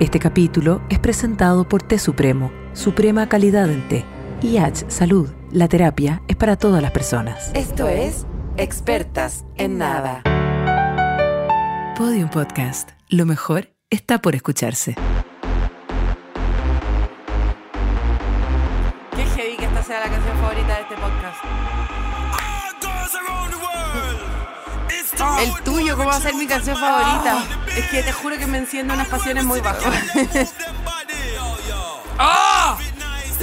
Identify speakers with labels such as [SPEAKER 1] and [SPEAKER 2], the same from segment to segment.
[SPEAKER 1] Este capítulo es presentado por Té Supremo, suprema calidad en té. IH Salud, la terapia es para todas las personas.
[SPEAKER 2] Esto es Expertas en Nada.
[SPEAKER 1] Podium Podcast, lo mejor está por escucharse.
[SPEAKER 2] Qué heavy que esta sea la canción favorita de este podcast. El tuyo, ¿cómo va a ser mi canción favorita? Es que te juro que me enciendo unas pasiones muy bajas.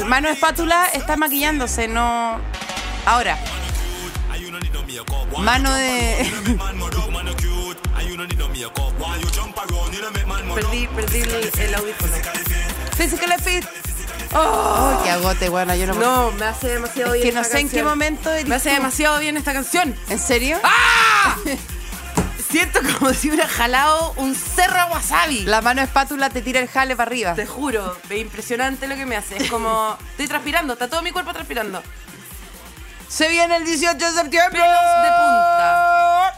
[SPEAKER 2] Mano Espátula está maquillándose, no. Ahora. Mano de. Perdí, perdí el, el audífono. Physical Fit. Oh,
[SPEAKER 3] Qué agote, bueno, yo no,
[SPEAKER 2] no,
[SPEAKER 3] puedo.
[SPEAKER 2] me hace demasiado
[SPEAKER 3] Es
[SPEAKER 2] bien.
[SPEAKER 3] que no
[SPEAKER 2] esta
[SPEAKER 3] sé en qué
[SPEAKER 2] canción.
[SPEAKER 3] momento eres
[SPEAKER 2] Me hace
[SPEAKER 3] tú.
[SPEAKER 2] demasiado bien esta canción.
[SPEAKER 3] ¿En serio?
[SPEAKER 2] ¡Ah! Siento como si hubiera jalado un cerro a wasabi.
[SPEAKER 3] La mano espátula te tira el jale para arriba.
[SPEAKER 2] Te juro, es impresionante lo que me hace. Es como. Estoy transpirando, está todo mi cuerpo transpirando.
[SPEAKER 3] Se viene el 18 de septiembre.
[SPEAKER 2] Pelos de punta.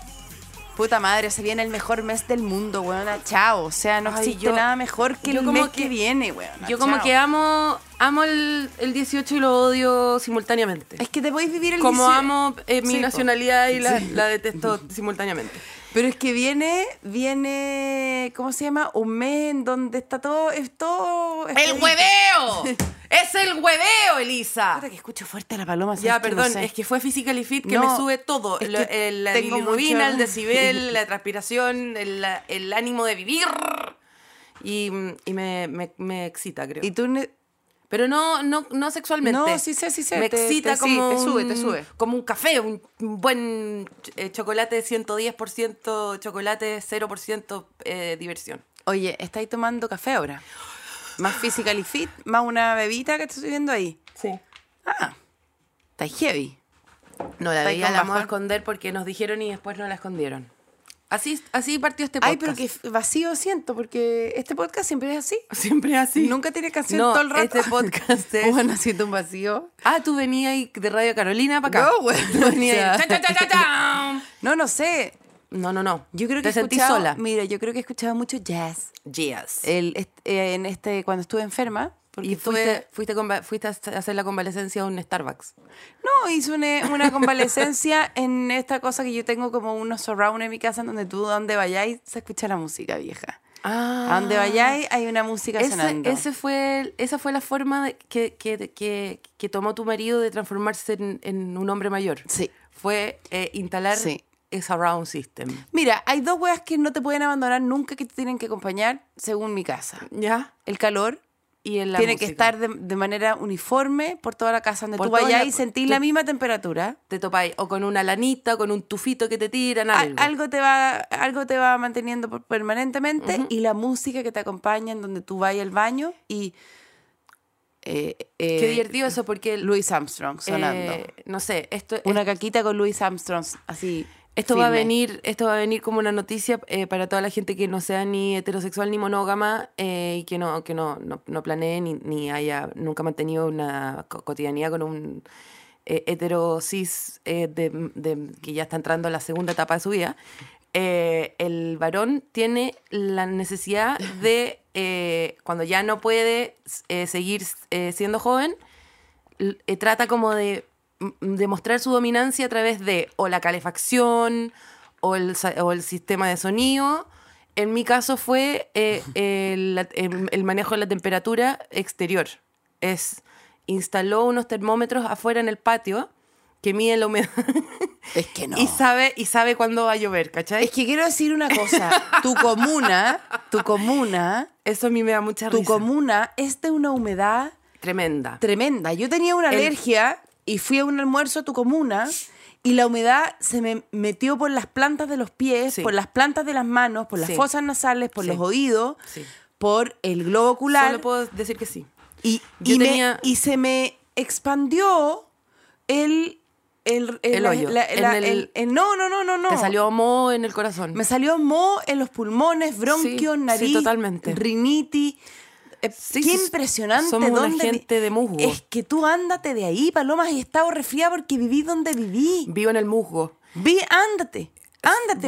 [SPEAKER 3] Puta madre, se viene el mejor mes del mundo, weona. Chao. O sea, no
[SPEAKER 2] Ay,
[SPEAKER 3] existe
[SPEAKER 2] yo-
[SPEAKER 3] nada mejor que
[SPEAKER 2] yo
[SPEAKER 3] el
[SPEAKER 2] como
[SPEAKER 3] mes que,
[SPEAKER 2] que-
[SPEAKER 3] viene, weona.
[SPEAKER 2] Ah, Yo como
[SPEAKER 3] Chao.
[SPEAKER 2] que amo. Amo el, el 18 y lo odio simultáneamente.
[SPEAKER 3] Es que te podéis vivir el
[SPEAKER 2] Como
[SPEAKER 3] 18.
[SPEAKER 2] amo eh, mi
[SPEAKER 3] Sí, po.
[SPEAKER 2] nacionalidad y la,
[SPEAKER 3] Sí.
[SPEAKER 2] la detesto simultáneamente.
[SPEAKER 3] Pero es que viene, viene, ¿cómo se llama? Un mes en donde está todo, es todo...
[SPEAKER 2] ¡El hueveo! ¡Es el hueveo, Elisa!
[SPEAKER 3] Puta, que escucho fuerte a la paloma.
[SPEAKER 2] Ya,
[SPEAKER 3] ¿sabes qué? No
[SPEAKER 2] perdón,
[SPEAKER 3] sé.
[SPEAKER 2] es que fue Physical y Fit que
[SPEAKER 3] No,
[SPEAKER 2] me sube todo.
[SPEAKER 3] es
[SPEAKER 2] Lo-
[SPEAKER 3] que
[SPEAKER 2] el- la
[SPEAKER 3] tengo
[SPEAKER 2] bilirrubina,
[SPEAKER 3] mucho-
[SPEAKER 2] el decibel, la transpiración, el, el ánimo de vivir. Y, y me, me- me excita, creo.
[SPEAKER 3] Y tú... ne-
[SPEAKER 2] Pero no, no, no sexualmente.
[SPEAKER 3] No, sí sé, sí sé,
[SPEAKER 2] Me
[SPEAKER 3] te-
[SPEAKER 2] excita
[SPEAKER 3] te- sí,
[SPEAKER 2] como,
[SPEAKER 3] te sube, te
[SPEAKER 2] un-
[SPEAKER 3] sube.
[SPEAKER 2] como un café, un un buen eh, chocolate de 110%, chocolate 0% eh, diversión.
[SPEAKER 3] Oye, estáis tomando café ahora. Más physical y fit, más una bebita que te estoy viendo ahí.
[SPEAKER 2] Sí.
[SPEAKER 3] Ah, estáis heavy.
[SPEAKER 2] No, la
[SPEAKER 3] Está ahí
[SPEAKER 2] bebida
[SPEAKER 3] con
[SPEAKER 2] la vamos a
[SPEAKER 3] bajón.
[SPEAKER 2] esconder porque nos dijeron y después no la escondieron. Así, así partió este podcast.
[SPEAKER 3] Ay, pero qué f- vacío siento, porque este podcast siempre es así.
[SPEAKER 2] Siempre así.
[SPEAKER 3] Nunca tiene canción
[SPEAKER 2] No,
[SPEAKER 3] todo el rato.
[SPEAKER 2] este podcast es-
[SPEAKER 3] Bueno, siento un vacío.
[SPEAKER 2] Ah, tú venías ahí de Radio Carolina para acá.
[SPEAKER 3] No, güey.
[SPEAKER 2] Tú venías ahí.
[SPEAKER 3] O sea.
[SPEAKER 2] Cha, cha, cha, cha, cha.
[SPEAKER 3] No, no sé.
[SPEAKER 2] No, no, no.
[SPEAKER 3] Yo creo que
[SPEAKER 2] Te
[SPEAKER 3] he
[SPEAKER 2] sentí
[SPEAKER 3] escuchado-
[SPEAKER 2] sola.
[SPEAKER 3] Mira, yo creo que he escuchado mucho jazz.
[SPEAKER 2] Yes.
[SPEAKER 3] El, est- eh, en este, cuando estuve enferma. Porque
[SPEAKER 2] y
[SPEAKER 3] estuve-
[SPEAKER 2] fuiste, fuiste, conva- fuiste a hacer la convalecencia a un Starbucks.
[SPEAKER 3] No, hice una, una convalescencia en esta cosa que yo tengo como unos surround en mi casa en donde tú donde vayáis se escucha la música vieja.
[SPEAKER 2] Ah.
[SPEAKER 3] A donde vayáis hay una música
[SPEAKER 2] Ese,
[SPEAKER 3] sonando.
[SPEAKER 2] ese fue, el- esa fue la forma de- que, que, que, que tomó tu marido de transformarse en, en un hombre mayor.
[SPEAKER 3] Sí.
[SPEAKER 2] Fue eh, instalar
[SPEAKER 3] Sí.
[SPEAKER 2] esa round system.
[SPEAKER 3] Mira, hay dos weas que no te pueden abandonar nunca que te tienen que acompañar según mi casa.
[SPEAKER 2] ¿Ya?
[SPEAKER 3] El calor
[SPEAKER 2] Y en la
[SPEAKER 3] tiene que
[SPEAKER 2] música.
[SPEAKER 3] estar de, de manera uniforme por toda la casa donde
[SPEAKER 2] Por
[SPEAKER 3] tú
[SPEAKER 2] toda
[SPEAKER 3] vayáis
[SPEAKER 2] la-
[SPEAKER 3] y sentís
[SPEAKER 2] te-
[SPEAKER 3] la misma temperatura.
[SPEAKER 2] Te topáis o con una lanita, o con un tufito que te tiran,
[SPEAKER 3] A-
[SPEAKER 2] algo.
[SPEAKER 3] algo te va algo te va manteniendo por- permanentemente y la música que te acompaña en donde tú vas al baño y eh, eh,
[SPEAKER 2] Qué divertido eso, porque el-
[SPEAKER 3] Louis Armstrong sonando
[SPEAKER 2] Eh, no sé, esto,
[SPEAKER 3] una caquita con Louis Armstrong así
[SPEAKER 2] esto va a
[SPEAKER 3] firme.
[SPEAKER 2] venir, esto va a venir como una noticia eh, para toda la gente que no sea ni heterosexual ni monógama eh, y que no, que no, no, no planee ni, ni haya nunca mantenido una co- cotidianidad con un eh, heterosis eh, de- de- que ya está entrando a la segunda etapa de su vida. Eh, el varón tiene la necesidad de, eh, cuando ya no puede eh, seguir eh, siendo joven, l- eh, trata como de m- demostrar su dominancia a través de o la calefacción o el, sa- o el sistema de sonido. En mi caso fue eh, el, la- em- el manejo de la temperatura exterior. Es, instaló unos termómetros afuera en el patio que miden la humedad
[SPEAKER 3] es que no
[SPEAKER 2] y sabe, y sabe cuándo va a llover, ¿cachai?
[SPEAKER 3] es que quiero decir una cosa tu comuna tu comuna
[SPEAKER 2] Eso a mí me da mucha
[SPEAKER 3] tu
[SPEAKER 2] risa.
[SPEAKER 3] comuna es de una humedad
[SPEAKER 2] Tremenda.
[SPEAKER 3] tremenda. Yo tenía una
[SPEAKER 2] El-
[SPEAKER 3] alergia y fui a un almuerzo a tu comuna y la humedad se me metió por las plantas de los pies,
[SPEAKER 2] Sí.
[SPEAKER 3] por las plantas de las manos, por las
[SPEAKER 2] Sí.
[SPEAKER 3] fosas nasales, por
[SPEAKER 2] Sí.
[SPEAKER 3] los oídos,
[SPEAKER 2] Sí.
[SPEAKER 3] por el globo ocular
[SPEAKER 2] Solo puedo decir que sí.
[SPEAKER 3] y,
[SPEAKER 2] yo
[SPEAKER 3] y me-
[SPEAKER 2] tenía-
[SPEAKER 3] y se me expandió el... El,
[SPEAKER 2] El hoyo. En
[SPEAKER 3] la-
[SPEAKER 2] el-
[SPEAKER 3] el- el- no, no, no, no, no.
[SPEAKER 2] Te salió moho en el corazón.
[SPEAKER 3] Me salió moho en los pulmones, bronquios,
[SPEAKER 2] Sí, sí,
[SPEAKER 3] nariz,
[SPEAKER 2] totalmente.
[SPEAKER 3] rinitis. Eh,
[SPEAKER 2] Sí,
[SPEAKER 3] qué
[SPEAKER 2] sí,
[SPEAKER 3] impresionante.
[SPEAKER 2] somos una
[SPEAKER 3] dónde vi-
[SPEAKER 2] gente de musgo.
[SPEAKER 3] Es que tú ándate de ahí, Paloma, y he estado resfriada porque viví donde viví.
[SPEAKER 2] Vivo en el musgo.
[SPEAKER 3] Vi, ándate. Ándate,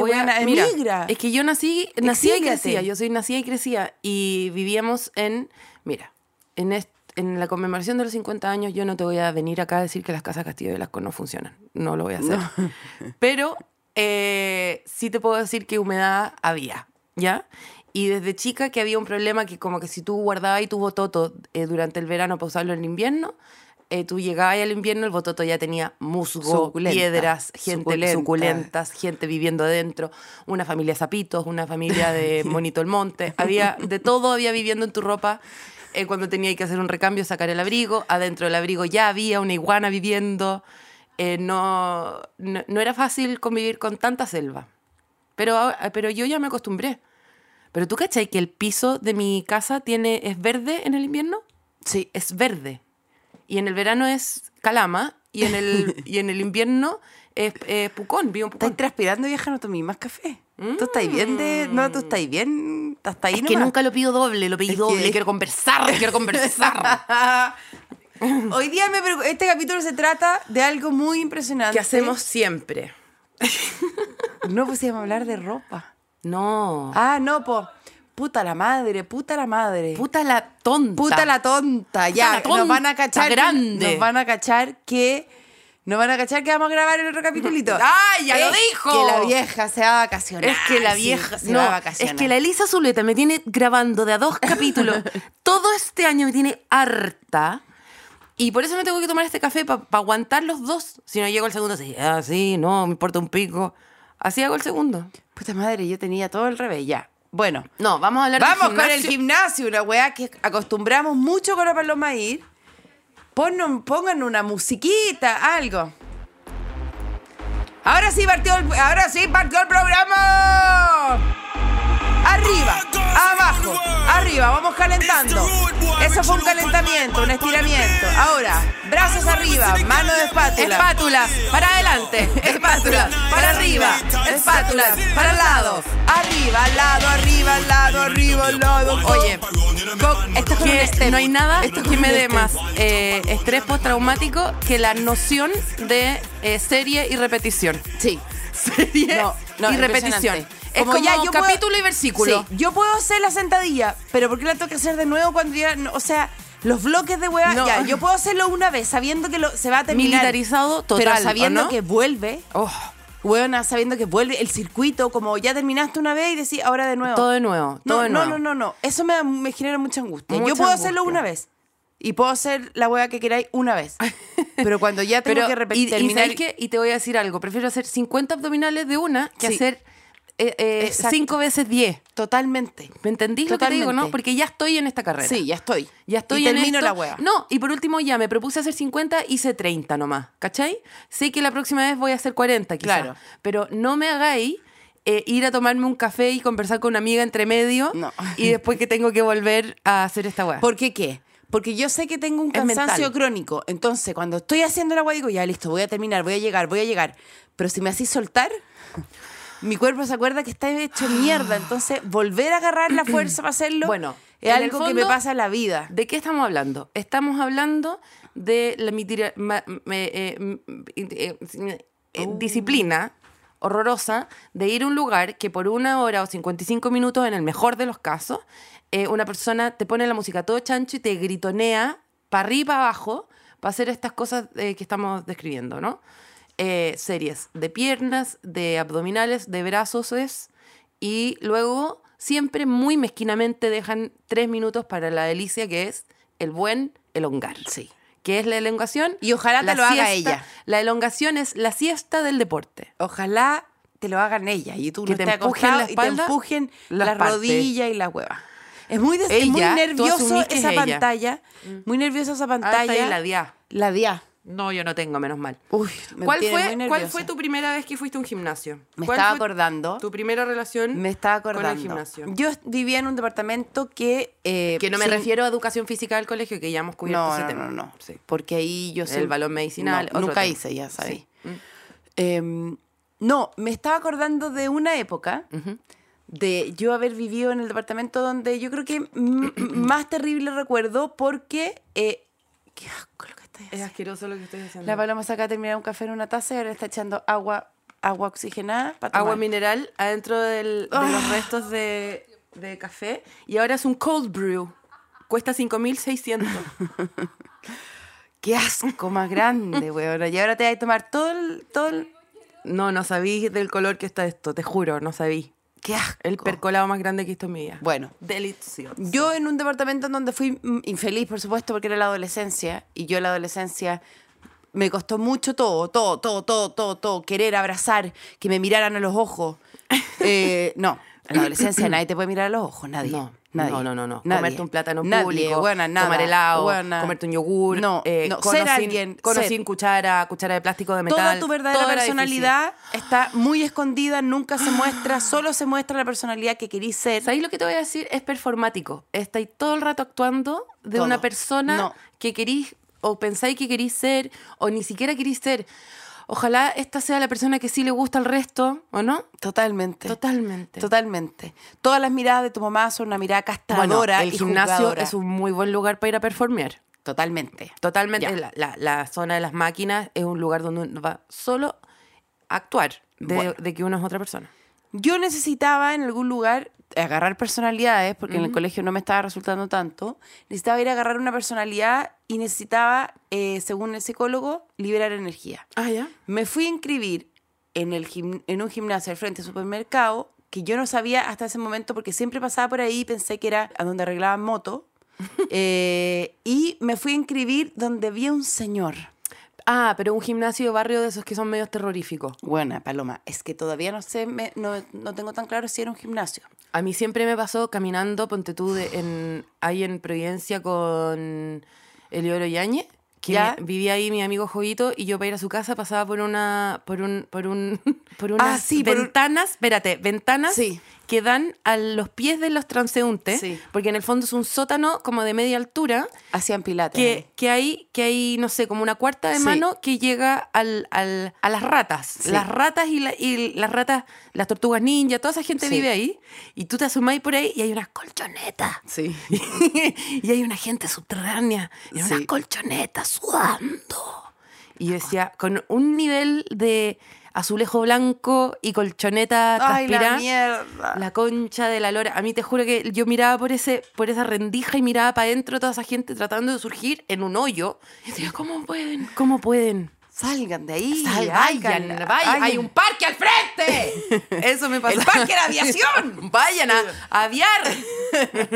[SPEAKER 2] Ah, Voy a-
[SPEAKER 3] buena,
[SPEAKER 2] mira,
[SPEAKER 3] emigra.
[SPEAKER 2] Es que yo nací, nacía y
[SPEAKER 3] Exíliate.
[SPEAKER 2] crecía. Yo soy nacida y crecía. Y vivíamos en. Mira, en, est- en la conmemoración de los 50 años, yo no te voy a venir acá a decir que las casas Castillo de Velasco no funcionan. No lo voy a hacer. Pero eh, sí te puedo decir que humedad había, ¿ya? Y desde chica que había un problema que, como que si tú guardabas y tu bototo eh, durante el verano para usarlo en el invierno. eh, tú llegabas y al invierno el bototo ya tenía musgo,
[SPEAKER 3] Suculenta.
[SPEAKER 2] piedras, gente
[SPEAKER 3] Suculenta.
[SPEAKER 2] suculenta artistas, gente viviendo adentro, una familia de zapitos, una familia de monito el monte, había de todo había viviendo en tu ropa. Eh, cuando tenía que hacer un recambio, sacar el abrigo, adentro del abrigo ya había una iguana viviendo. Eh, no, no, no era fácil convivir con tanta selva. Pero, ahora- pero yo ya me acostumbré. Pero tú cachai que el piso de mi casa tiene, es verde en el invierno?
[SPEAKER 3] Sí,
[SPEAKER 2] es verde. Y en el verano es calama. Y en el, y en el invierno es eh, pucón, vivo en
[SPEAKER 3] estás
[SPEAKER 2] pucón.
[SPEAKER 3] transpirando, vieja, no tomís más café. Tú estás bien de... No, tú estás bien... Hasta ahí
[SPEAKER 2] Es que
[SPEAKER 3] nomás.
[SPEAKER 2] nunca lo pido doble, lo pedí
[SPEAKER 3] Es que-
[SPEAKER 2] doble. Quiero conversar, quiero conversar.
[SPEAKER 3] Hoy día me preocupa- Este capítulo se trata de algo muy impresionante.
[SPEAKER 2] que hacemos siempre?
[SPEAKER 3] No, pues íbamos a hablar de ropa.
[SPEAKER 2] No.
[SPEAKER 3] Ah, no, po. Puta la madre, puta la madre.
[SPEAKER 2] puta la tonta.
[SPEAKER 3] Puta la tonta, ya.
[SPEAKER 2] la tonta
[SPEAKER 3] nos van a cachar. que-
[SPEAKER 2] grande.
[SPEAKER 3] Nos van a cachar que. Nos van a cachar que vamos a grabar el otro capitulito.
[SPEAKER 2] ¡Ay, ya lo
[SPEAKER 3] Es
[SPEAKER 2] dijo!
[SPEAKER 3] Que la vieja se va a vacacionar.
[SPEAKER 2] Es que la
[SPEAKER 3] sí,
[SPEAKER 2] vieja.
[SPEAKER 3] se
[SPEAKER 2] no,
[SPEAKER 3] va a vacacionar.
[SPEAKER 2] es que la Elisa Zuleta me tiene grabando de a dos capítulos. todo este año me tiene harta. Y por eso me tengo que tomar este café para aguantar los dos. Si no llego al segundo, así, ah, sí, no, me importa un pico. Así hago el segundo.
[SPEAKER 3] Puta madre, yo tenía todo el revés, ya. Bueno.
[SPEAKER 2] No, vamos a hablar de
[SPEAKER 3] Vamos con el
[SPEAKER 2] gimnasio.
[SPEAKER 3] gimnasio, una weá que acostumbramos mucho con la paloma ir. Pongan, pongan una musiquita, algo. Ahora sí partió el, ahora sí partió el programa. Arriba, abajo, arriba, vamos calentando. Eso fue un calentamiento, un estiramiento. Ahora, brazos arriba, mano de espátula.
[SPEAKER 2] Espátulas, para adelante. Espátulas, para arriba. Espátulas, para el lado.
[SPEAKER 3] Arriba, al lado, arriba, al lado, arriba, al lado. Oye, con- esto es con un
[SPEAKER 2] Que
[SPEAKER 3] step.
[SPEAKER 2] no hay nada
[SPEAKER 3] Esto es
[SPEAKER 2] que
[SPEAKER 3] con
[SPEAKER 2] me
[SPEAKER 3] un
[SPEAKER 2] dé
[SPEAKER 3] step.
[SPEAKER 2] más eh, estrés postraumático que la noción de eh, serie y repetición.
[SPEAKER 3] Sí.
[SPEAKER 2] serie
[SPEAKER 3] No, no,
[SPEAKER 2] y
[SPEAKER 3] impresionante.
[SPEAKER 2] repetición. Es como, ya yo
[SPEAKER 3] puedo-
[SPEAKER 2] capítulo y versículo.
[SPEAKER 3] Sí, yo puedo hacer la sentadilla, pero ¿por qué la tengo que hacer de nuevo cuando ya, no- o sea, los bloques de hueá,
[SPEAKER 2] No.
[SPEAKER 3] ya, yo puedo hacerlo una vez sabiendo que lo, se va a terminar.
[SPEAKER 2] Militarizado total,
[SPEAKER 3] Pero sabiendo
[SPEAKER 2] ¿o no?
[SPEAKER 3] que vuelve,
[SPEAKER 2] Oh,
[SPEAKER 3] hueona, sabiendo que vuelve el circuito, como ya terminaste una vez y decís ahora de nuevo.
[SPEAKER 2] todo de nuevo,
[SPEAKER 3] No,
[SPEAKER 2] todo de
[SPEAKER 3] no,
[SPEAKER 2] nuevo.
[SPEAKER 3] no, no, no. Eso me, da- me genera mucha angustia.
[SPEAKER 2] Mucha
[SPEAKER 3] Yo puedo hacerlo
[SPEAKER 2] angustia.
[SPEAKER 3] una vez. Y puedo hacer la hueá que queráis una vez. Pero cuando ya tengo
[SPEAKER 2] Pero,
[SPEAKER 3] que
[SPEAKER 2] y,
[SPEAKER 3] repetir,
[SPEAKER 2] y
[SPEAKER 3] terminar.
[SPEAKER 2] ¿sabes qué? Y te voy a decir algo, prefiero hacer 50 abdominales de una que
[SPEAKER 3] Sí.
[SPEAKER 2] hacer 5
[SPEAKER 3] Exacto.
[SPEAKER 2] veces 10.
[SPEAKER 3] Totalmente.
[SPEAKER 2] ¿Me entendís lo que te digo,
[SPEAKER 3] Totalmente.
[SPEAKER 2] no? Porque ya estoy en esta carrera.
[SPEAKER 3] Sí, ya estoy.
[SPEAKER 2] Ya estoy
[SPEAKER 3] y
[SPEAKER 2] en
[SPEAKER 3] termino
[SPEAKER 2] esto.
[SPEAKER 3] la hueá.
[SPEAKER 2] No, y por último ya me propuse hacer 50, hice 30 nomás, ¿cachai? Sé que la próxima vez voy a hacer 40 quizás.
[SPEAKER 3] Claro.
[SPEAKER 2] Pero no me hagáis eh, ir a tomarme un café y conversar con una amiga entre medio
[SPEAKER 3] No.
[SPEAKER 2] y después que tengo que volver a hacer esta weá.
[SPEAKER 3] ¿Por qué qué? Porque yo sé que tengo un
[SPEAKER 2] Es mental.
[SPEAKER 3] cansancio crónico. Entonces, cuando estoy haciendo la agua, digo, ya listo, voy a terminar, voy a llegar, voy a llegar. Pero si me hacís soltar, mi cuerpo se acuerda que está hecho mierda. Entonces, volver a agarrar la fuerza para hacerlo
[SPEAKER 2] Bueno,
[SPEAKER 3] es
[SPEAKER 2] en el
[SPEAKER 3] algo que me
[SPEAKER 2] fondo-
[SPEAKER 3] pasa en la vida.
[SPEAKER 2] ¿De qué estamos hablando? Estamos hablando de la mitira- ma- me- eh, m- eh, eh, eh, disciplina horrorosa de ir a un lugar que por una hora o 55 minutos, en el mejor de los casos, eh, una persona te pone la música todo chancho y te gritonea para arriba y para abajo para hacer estas cosas eh, que estamos describiendo, ¿no? Eh, series de piernas, de abdominales, de brazos es y luego siempre muy mezquinamente dejan tres minutos para la delicia que es el buen elongar.
[SPEAKER 3] Sí.
[SPEAKER 2] Que es la elongación.
[SPEAKER 3] Y ojalá te
[SPEAKER 2] la
[SPEAKER 3] lo haga
[SPEAKER 2] siesta-
[SPEAKER 3] ella.
[SPEAKER 2] La elongación es la siesta del deporte.
[SPEAKER 3] Ojalá te lo hagan ella y tú
[SPEAKER 2] Que
[SPEAKER 3] no
[SPEAKER 2] te
[SPEAKER 3] estés
[SPEAKER 2] empujen
[SPEAKER 3] acostado
[SPEAKER 2] la espalda,
[SPEAKER 3] y te empujen
[SPEAKER 2] las
[SPEAKER 3] la
[SPEAKER 2] partes.
[SPEAKER 3] rodilla y la hueva. Es muy, des- es Mm. muy
[SPEAKER 2] Ella, tú
[SPEAKER 3] nervioso
[SPEAKER 2] asumís que es
[SPEAKER 3] esa
[SPEAKER 2] ella.
[SPEAKER 3] pantalla. Muy nerviosa esa
[SPEAKER 2] Hasta
[SPEAKER 3] pantalla.
[SPEAKER 2] y la dia.
[SPEAKER 3] La dia.
[SPEAKER 2] No, yo no tengo, menos mal.
[SPEAKER 3] Uy, me
[SPEAKER 2] ¿Cuál
[SPEAKER 3] tiene
[SPEAKER 2] fue,
[SPEAKER 3] muy
[SPEAKER 2] ¿Cuál
[SPEAKER 3] nerviosa.
[SPEAKER 2] fue tu primera vez que fuiste a un gimnasio?
[SPEAKER 3] Me
[SPEAKER 2] ¿Cuál
[SPEAKER 3] estaba
[SPEAKER 2] fue
[SPEAKER 3] acordando.
[SPEAKER 2] Tu primera relación
[SPEAKER 3] Me estaba acordando.
[SPEAKER 2] con el gimnasio.
[SPEAKER 3] Yo vivía en un departamento que. eh,
[SPEAKER 2] que no me
[SPEAKER 3] sin-
[SPEAKER 2] refiero a educación física del colegio, que ya hemos cubierto
[SPEAKER 3] No,
[SPEAKER 2] ese
[SPEAKER 3] no,
[SPEAKER 2] tema.
[SPEAKER 3] no, no.
[SPEAKER 2] Sí.
[SPEAKER 3] Porque ahí yo
[SPEAKER 2] El balón medicinal,
[SPEAKER 3] No,
[SPEAKER 2] otro
[SPEAKER 3] nunca
[SPEAKER 2] tema.
[SPEAKER 3] hice, ya sabéis.
[SPEAKER 2] Sí.
[SPEAKER 3] Em, no, me estaba acordando de una época de yo haber vivido en el departamento donde yo creo que m- más terrible recuerdo porque. eh, qué asco lo que estoy
[SPEAKER 2] Es
[SPEAKER 3] haciendo.
[SPEAKER 2] asqueroso lo que estoy haciendo.
[SPEAKER 3] La paloma se acaba de terminar un café en una taza y ahora está echando agua agua oxigenada para
[SPEAKER 2] Agua mineral adentro del- de
[SPEAKER 3] Ah.
[SPEAKER 2] los restos de, de café. Y ahora es un cold brew. Cuesta 5.600.
[SPEAKER 3] ¡Qué asco más grande, weón! Y ahora te vas a tomar todo el... Todo el...
[SPEAKER 2] No, no sabí del color que está esto, te juro, no sabí.
[SPEAKER 3] ¡Qué asco!
[SPEAKER 2] El percolado más grande que he visto en mi vida.
[SPEAKER 3] Bueno.
[SPEAKER 2] Delicioso.
[SPEAKER 3] Yo en un departamento en donde fui mm, infeliz, por supuesto, porque era la adolescencia, y yo en la adolescencia me costó mucho todo, todo, todo, todo, todo, todo, querer abrazar, que me miraran a los ojos. Eh, no, en la adolescencia nadie te puede mirar a los ojos, nadie.
[SPEAKER 2] No,
[SPEAKER 3] nadie,
[SPEAKER 2] no, no, no, no.
[SPEAKER 3] nadie.
[SPEAKER 2] Comerte un plátano
[SPEAKER 3] Nadie,
[SPEAKER 2] público,
[SPEAKER 3] buena, nada,
[SPEAKER 2] tomar helado,
[SPEAKER 3] buena.
[SPEAKER 2] comerte un yogur,
[SPEAKER 3] No,
[SPEAKER 2] eh,
[SPEAKER 3] no,
[SPEAKER 2] cono
[SPEAKER 3] ser
[SPEAKER 2] sin-
[SPEAKER 3] alguien,
[SPEAKER 2] cono
[SPEAKER 3] ser.
[SPEAKER 2] sin cuchara, cuchara de plástico de metal.
[SPEAKER 3] Toda tu verdadera
[SPEAKER 2] todo era difícil.
[SPEAKER 3] personalidad está muy escondida, nunca se muestra, solo se muestra la personalidad que querís ser.
[SPEAKER 2] ¿Sabéis lo que te voy a decir? Es performático. Estáis todo el rato actuando de
[SPEAKER 3] Todo.
[SPEAKER 2] una persona
[SPEAKER 3] No.
[SPEAKER 2] que querís o pensáis que querís ser o ni siquiera querís ser. Ojalá esta sea la persona que sí le gusta al resto, ¿o no?
[SPEAKER 3] Totalmente.
[SPEAKER 2] Totalmente.
[SPEAKER 3] Totalmente. Todas las miradas de tu mamá son una mirada
[SPEAKER 2] Bueno,
[SPEAKER 3] castradora.
[SPEAKER 2] el
[SPEAKER 3] y
[SPEAKER 2] gimnasio
[SPEAKER 3] juzgadora.
[SPEAKER 2] es un muy buen lugar para ir a performear.
[SPEAKER 3] Totalmente.
[SPEAKER 2] Totalmente.
[SPEAKER 3] Ya.
[SPEAKER 2] La, la- la zona de las máquinas es un lugar donde uno va solo a actuar de,
[SPEAKER 3] Bueno.
[SPEAKER 2] de que uno es otra persona.
[SPEAKER 3] Yo necesitaba en algún lugar agarrar personalidades, porque en el colegio no me estaba resultando tanto. Necesitaba ir a agarrar una personalidad y necesitaba, eh, según el psicólogo, liberar energía.
[SPEAKER 2] Ah, ya.
[SPEAKER 3] Me fui a inscribir en, el gim- en un gimnasio al frente del supermercado que yo no sabía hasta ese momento porque siempre pasaba por ahí y pensé que era a donde arreglaban moto. Eh, y me fui a inscribir donde vi a un señor.
[SPEAKER 2] Ah, pero un gimnasio de barrio de esos que son medios terroríficos.
[SPEAKER 3] Buena, Paloma. Es que todavía no sé, me- no, no tengo tan claro si era un gimnasio.
[SPEAKER 2] A mí siempre me pasó caminando, ponte tú, de- en, ahí en Providencia con Elioro Yañez, que
[SPEAKER 3] Ya.
[SPEAKER 2] me- vivía ahí mi amigo Jovito, y yo para ir a su casa pasaba por una, por un, por un, Ah, por unas
[SPEAKER 3] sí, por un-
[SPEAKER 2] ventanas, espérate, ventanas
[SPEAKER 3] Sí.
[SPEAKER 2] que dan a los pies de los transeúntes,
[SPEAKER 3] Sí.
[SPEAKER 2] porque en el fondo es un sótano como de media altura,
[SPEAKER 3] Hacían pilates.
[SPEAKER 2] que, que hay, que hay, no sé, como una cuarta de
[SPEAKER 3] ¿eh? Sí.
[SPEAKER 2] mano que llega al, al- a las ratas. Las ratas y, la- y las ratas, las tortugas ninja, toda esa gente
[SPEAKER 3] Sí.
[SPEAKER 2] vive ahí. Y tú te asomás por ahí y hay unas colchonetas.
[SPEAKER 3] Sí.
[SPEAKER 2] y hay una gente subterránea en unas
[SPEAKER 3] Sí.
[SPEAKER 2] colchonetas sudando. Y yo decía, con un nivel de azulejo blanco y colchoneta
[SPEAKER 3] Ay, la
[SPEAKER 2] transpirá,
[SPEAKER 3] mierda.
[SPEAKER 2] la concha de la lora. A mí te juro que yo miraba por ese, por esa rendija y miraba para adentro toda esa gente tratando de surgir en un hoyo. Y decía, ¿cómo pueden? ¿Cómo pueden?
[SPEAKER 3] Salgan de ahí.
[SPEAKER 2] Sal-
[SPEAKER 3] vayan,
[SPEAKER 2] vayan,
[SPEAKER 3] vayan.
[SPEAKER 2] hay un
[SPEAKER 3] parque al frente!
[SPEAKER 2] Eso me
[SPEAKER 3] ¡El parque de aviación!
[SPEAKER 2] Vayan a, a aviar.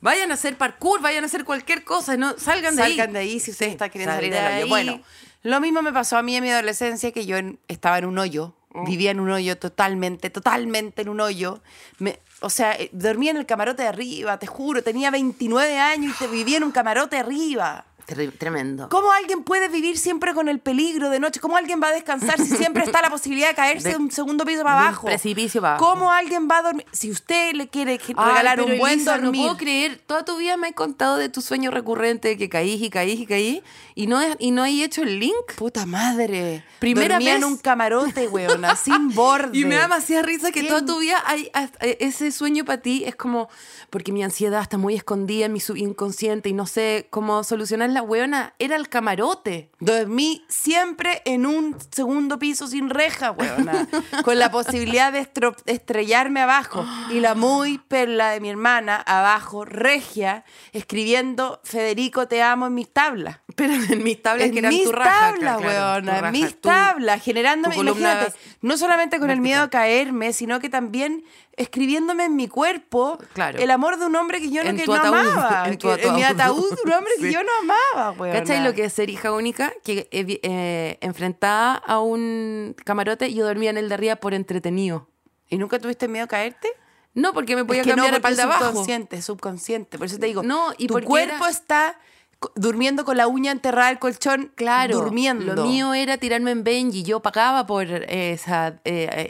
[SPEAKER 2] vayan a hacer parkour, vayan a hacer cualquier cosa. No, salgan de ahí.
[SPEAKER 3] Salgan de ahí si ustedes
[SPEAKER 2] Sí,
[SPEAKER 3] están queriendo
[SPEAKER 2] sal
[SPEAKER 3] salir
[SPEAKER 2] de
[SPEAKER 3] del hoyo.
[SPEAKER 2] ahí.
[SPEAKER 3] Bueno, lo mismo me pasó a mí en mi adolescencia, que yo en- estaba en un hoyo,
[SPEAKER 2] Mm.
[SPEAKER 3] vivía en un hoyo totalmente, totalmente en un hoyo. Me- o sea, eh, dormía en el camarote de arriba, te juro, tenía 29 años y te vivía en un camarote arriba.
[SPEAKER 2] Terri- Tremendo.
[SPEAKER 3] ¿Cómo alguien puede vivir siempre con el peligro de noche? ¿Cómo alguien va a descansar si siempre está la posibilidad de caerse de,
[SPEAKER 2] De-
[SPEAKER 3] un segundo piso para
[SPEAKER 2] de un
[SPEAKER 3] abajo?
[SPEAKER 2] precipicio para abajo.
[SPEAKER 3] ¿Cómo alguien va a dormir? Si usted le quiere ge-
[SPEAKER 2] Ay,
[SPEAKER 3] regalar
[SPEAKER 2] pero
[SPEAKER 3] un buen
[SPEAKER 2] Elisa,
[SPEAKER 3] dormir.
[SPEAKER 2] No puedo creer, toda tu vida me has contado de tu sueño recurrente de que caís y caís y caís y no, es- y no hay hecho el link.
[SPEAKER 3] Puta madre.
[SPEAKER 2] Primera
[SPEAKER 3] Dormía en
[SPEAKER 2] vez.
[SPEAKER 3] un camarote, weona, sin borde.
[SPEAKER 2] Y me da demasiada risa que
[SPEAKER 3] ¿Quién?
[SPEAKER 2] toda tu vida hay, has- eh, ese sueño para ti es como, porque mi ansiedad está muy escondida en mi subconsciente y no sé cómo solucionar la hueona. Era el camarote.
[SPEAKER 3] Dormí siempre en un segundo piso sin reja, weona. con la posibilidad de estro- estrellarme abajo. Y la muy perla de mi hermana, abajo, regia, escribiendo Federico, te amo en mis tablas.
[SPEAKER 2] Pero en mis tablas
[SPEAKER 3] en
[SPEAKER 2] que eran
[SPEAKER 3] mis
[SPEAKER 2] tu raja.
[SPEAKER 3] tablas,
[SPEAKER 2] claro, claro,
[SPEAKER 3] weona,
[SPEAKER 2] tu
[SPEAKER 3] en
[SPEAKER 2] raja,
[SPEAKER 3] mis
[SPEAKER 2] tu-
[SPEAKER 3] tablas, generándome,
[SPEAKER 2] tu columna
[SPEAKER 3] imagínate, no solamente con el miedo a caerme, sino que también escribiéndome en mi cuerpo
[SPEAKER 2] Claro.
[SPEAKER 3] el amor de un hombre que yo no,
[SPEAKER 2] En
[SPEAKER 3] que
[SPEAKER 2] tu
[SPEAKER 3] no
[SPEAKER 2] ataúd,
[SPEAKER 3] amaba,
[SPEAKER 2] en tu
[SPEAKER 3] que- mi
[SPEAKER 2] ataúd.
[SPEAKER 3] ataúd un hombre que
[SPEAKER 2] Sí.
[SPEAKER 3] yo no amaba, weona.
[SPEAKER 2] ¿Cachai lo que es ser hija única? Que eh, eh, enfrentada a un camarote, yo dormía en el de arriba por entretenido.
[SPEAKER 3] ¿Y nunca tuviste miedo a caerte?
[SPEAKER 2] No, porque me podía
[SPEAKER 3] Es que no,
[SPEAKER 2] cambiar el
[SPEAKER 3] porque
[SPEAKER 2] pal
[SPEAKER 3] es
[SPEAKER 2] de abajo.
[SPEAKER 3] subconsciente, es subconsciente. Por eso te digo,
[SPEAKER 2] No, y
[SPEAKER 3] tu
[SPEAKER 2] porque
[SPEAKER 3] cuerpo
[SPEAKER 2] era-
[SPEAKER 3] está co- durmiendo con la uña enterrada al colchón,
[SPEAKER 2] Claro,
[SPEAKER 3] durmiendo.
[SPEAKER 2] Lo mío era tirarme en Benji. Yo pagaba por eh, esa, eh,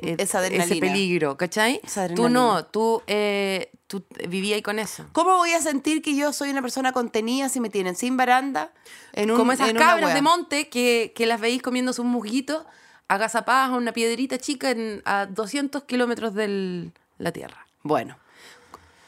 [SPEAKER 2] eh,
[SPEAKER 3] Esa
[SPEAKER 2] ese
[SPEAKER 3] adrenalina.
[SPEAKER 2] peligro, ¿cachai?
[SPEAKER 3] Esa
[SPEAKER 2] tú
[SPEAKER 3] adrenalina.
[SPEAKER 2] no, tú, eh, tú vivías ahí con eso.
[SPEAKER 3] ¿Cómo voy a sentir que yo soy una persona contenida si me tienen sin baranda? En un,
[SPEAKER 2] Como esas
[SPEAKER 3] en una
[SPEAKER 2] cabras
[SPEAKER 3] wea?
[SPEAKER 2] de monte que, que las veis comiendo sus musguitos agazapadas a una piedrita chica en- a 200 kilómetros de la tierra.
[SPEAKER 3] Bueno,